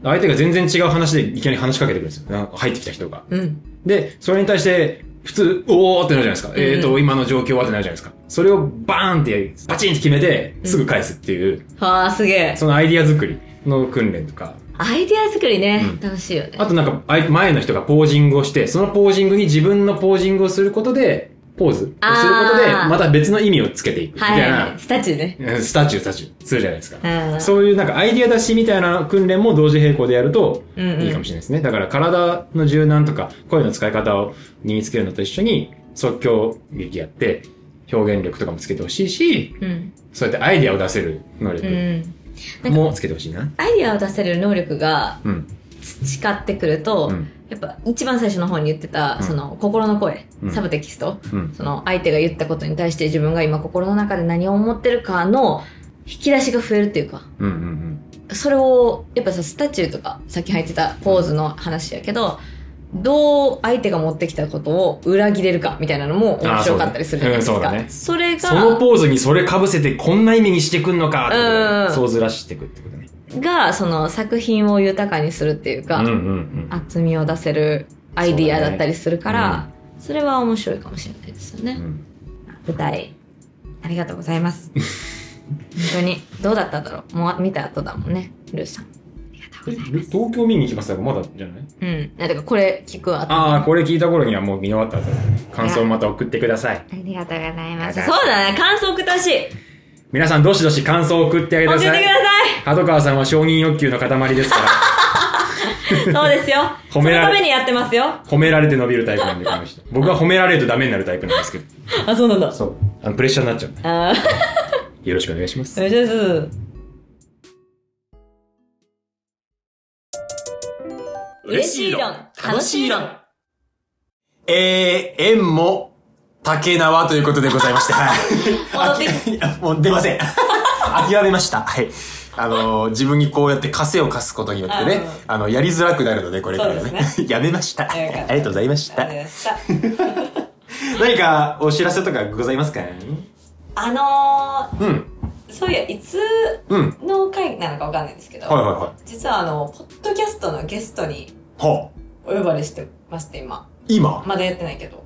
相手が全然違う話でいきなり話しかけてくるんですよ。なんか入ってきた人が。
うん
で、それに対して、普通、おーってなるじゃないですか。えーと、今の状況はってなるじゃないですか。それをバーンって、バチンって決めて、すぐ返すっていう、
はあすげえ
そのアイディア作りの訓練とか、
アイデア作りね、
うん
楽しいよね
あ。となんか、あい前の人がポージングをして、そのポージングに自分のポージングをすることで、ポーズをすることで
あ、ー
また別の意味をつけていくみた
はいい
な、
はいはい。スタチューね。
うんスタチュー、スタチュー、するじゃないですか。
うん。
そういうなんかアイディア出しみたいな訓練も同時並行でやると
うんうん
いいかもしれないですね。だから体の柔軟とか声の使い方を身につけるのと一緒に即興劇やって表現力とかもつけてほしいし、
うん。
そうやってアイディアを出せる能
う
力
ん。うん
もつけてほしいな。
アイデアを出せる能力が
うん。
培ってくると、
うん。
やっぱ一番最初の方に言ってた、
うん
その心の声、
うん
サブテキスト、
うん。
その相手が言ったことに対して自分が今心の中で何を思ってるかの引き出しが増えるっていうか、
うん。うん。
それを、やっぱさ、スタチューとか、さっき入ってたポーズの話やけど、どう相手が持ってきたことを裏切れるかみたいなのも面白かったりするじゃないです
あーそうだね
か。
うん
それが、
そのポーズにそれ被せてこんな意味にしてくんのかって
うん
そうずらしてくってことね。
が、その作品を豊かにするっていうか、
うんうんうん。
厚みを出せるアイディアだったりするから、そ,、
そ
れは面白いかもしれないですよね。
うん
舞台、ありがとうござい ます。本当に、どうだったんだろうもう見た後だもんね、ルーさん。ありがとうございます。
東京見に行きましたがまだじゃない
うん。なんかこれ聞く後。
ああ、これ聞いた頃にはもう見終わった後感想をまた送ってください。
ありがとうございます。
ありがと
そ
うご
うだね、感想送ってほしい。
皆さんどしどし感想を送ってあげてく
教え
だ
て
さい。角川さんは承認欲求の塊ですから、
ください。そうですよ。そ
褒
の
められ
ためにやってますよ。
褒められて伸びるタイプなんで、この人。僕は褒められるとダメになるタイプなんですけど。
あ、そうなんだ。
そう。あの、プレッシャーになっちゃうんで。
あー、
よろしくお願いします。
よろしいです。嬉しい論楽しい論
えー、縁も竹縄ということでございまして、
戻っ
はい
てき
いや。もう出ません。 諦めました。はい。あのー自分にこうやって枷を課すことによってね、あの、やりづらくなるので、これから
そう
ね
で。
やめました。あり
か
が
った
とうございました。何かお知らせとかございますか
あのー、
うん。
そういや、いつ
うん。はい
の回なのかわかんないんですけど、
はいはい。
実はあの、ポッドキャストのゲストに
はあ、
お呼ばれしてまして、今。
今
まだやってないけど。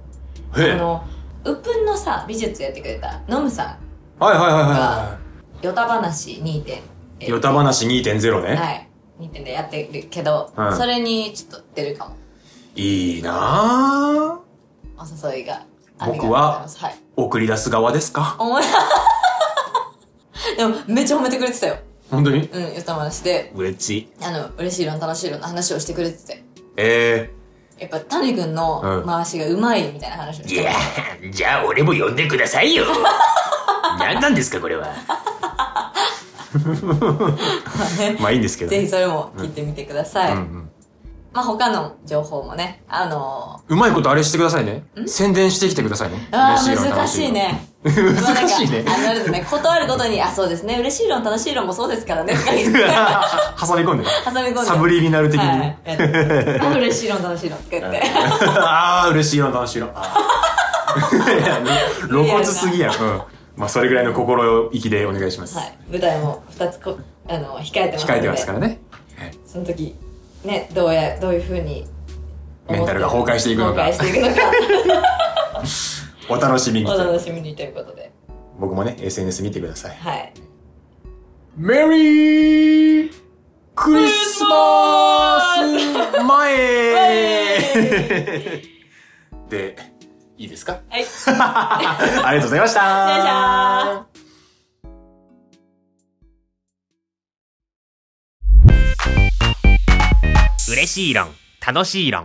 へえ。
あ
はいはい
の、うっぷんのさ、美術やってくれた、ノムさ
はいは
ん、ヨタ話2点。
い。ヨタ話2.0ね。
はい。2点でやってるけど、
うん
それにちょっと出るかも。
い、いなあ
お誘いが。
僕
あ
は
りがとうございますはい。
送り出す側ですか
おもろ でも、めっちゃ褒めてくれてたよ。
本当に
うん、ヨタ話で、
うれちい。
あの、嬉しい論、楽しい論の話をしてくれてて。
え
やっぱ、谷君の
うん
回しがうまいみたいな話をして
いやじゃあ俺も呼んでくださ いよ何なんですかこれは まあいいんですけど
ぜひそれも聞いてみてください。
うんうん
まあ他の情報もね、あの
うまいことあれしてくださいね宣伝してきてくださいね
ー、ああ、
嬉いよ
難しいね。
楽しいよ 難しいね
まあなんかあの、あれですね、断るごとに、あ、そうですね、嬉しい論、楽しい論もそうですから ね、とか言って
挟み込んでね
挟み込んで。
サブリミナル的に
は
ね
いやってる。あ嬉しい論、楽しい論、とか言って。
ああ嬉しいよ楽しいよあー いやね露骨すぎやろうんまあそれぐらいの心意気でお願いします
はい。舞台も2つこ、あの、控えてますので。
控えてますからね
その時、ね、どうや、どういう風に。
メンタルが崩壊していくのか
崩壊していくのか。
お楽しみに
お楽しみにということで。
僕もね SNS 見てください
はい。
メリークリスマス前 で、いいですか
はい
ありがとうございました
よいしょー
嬉しい論楽しい論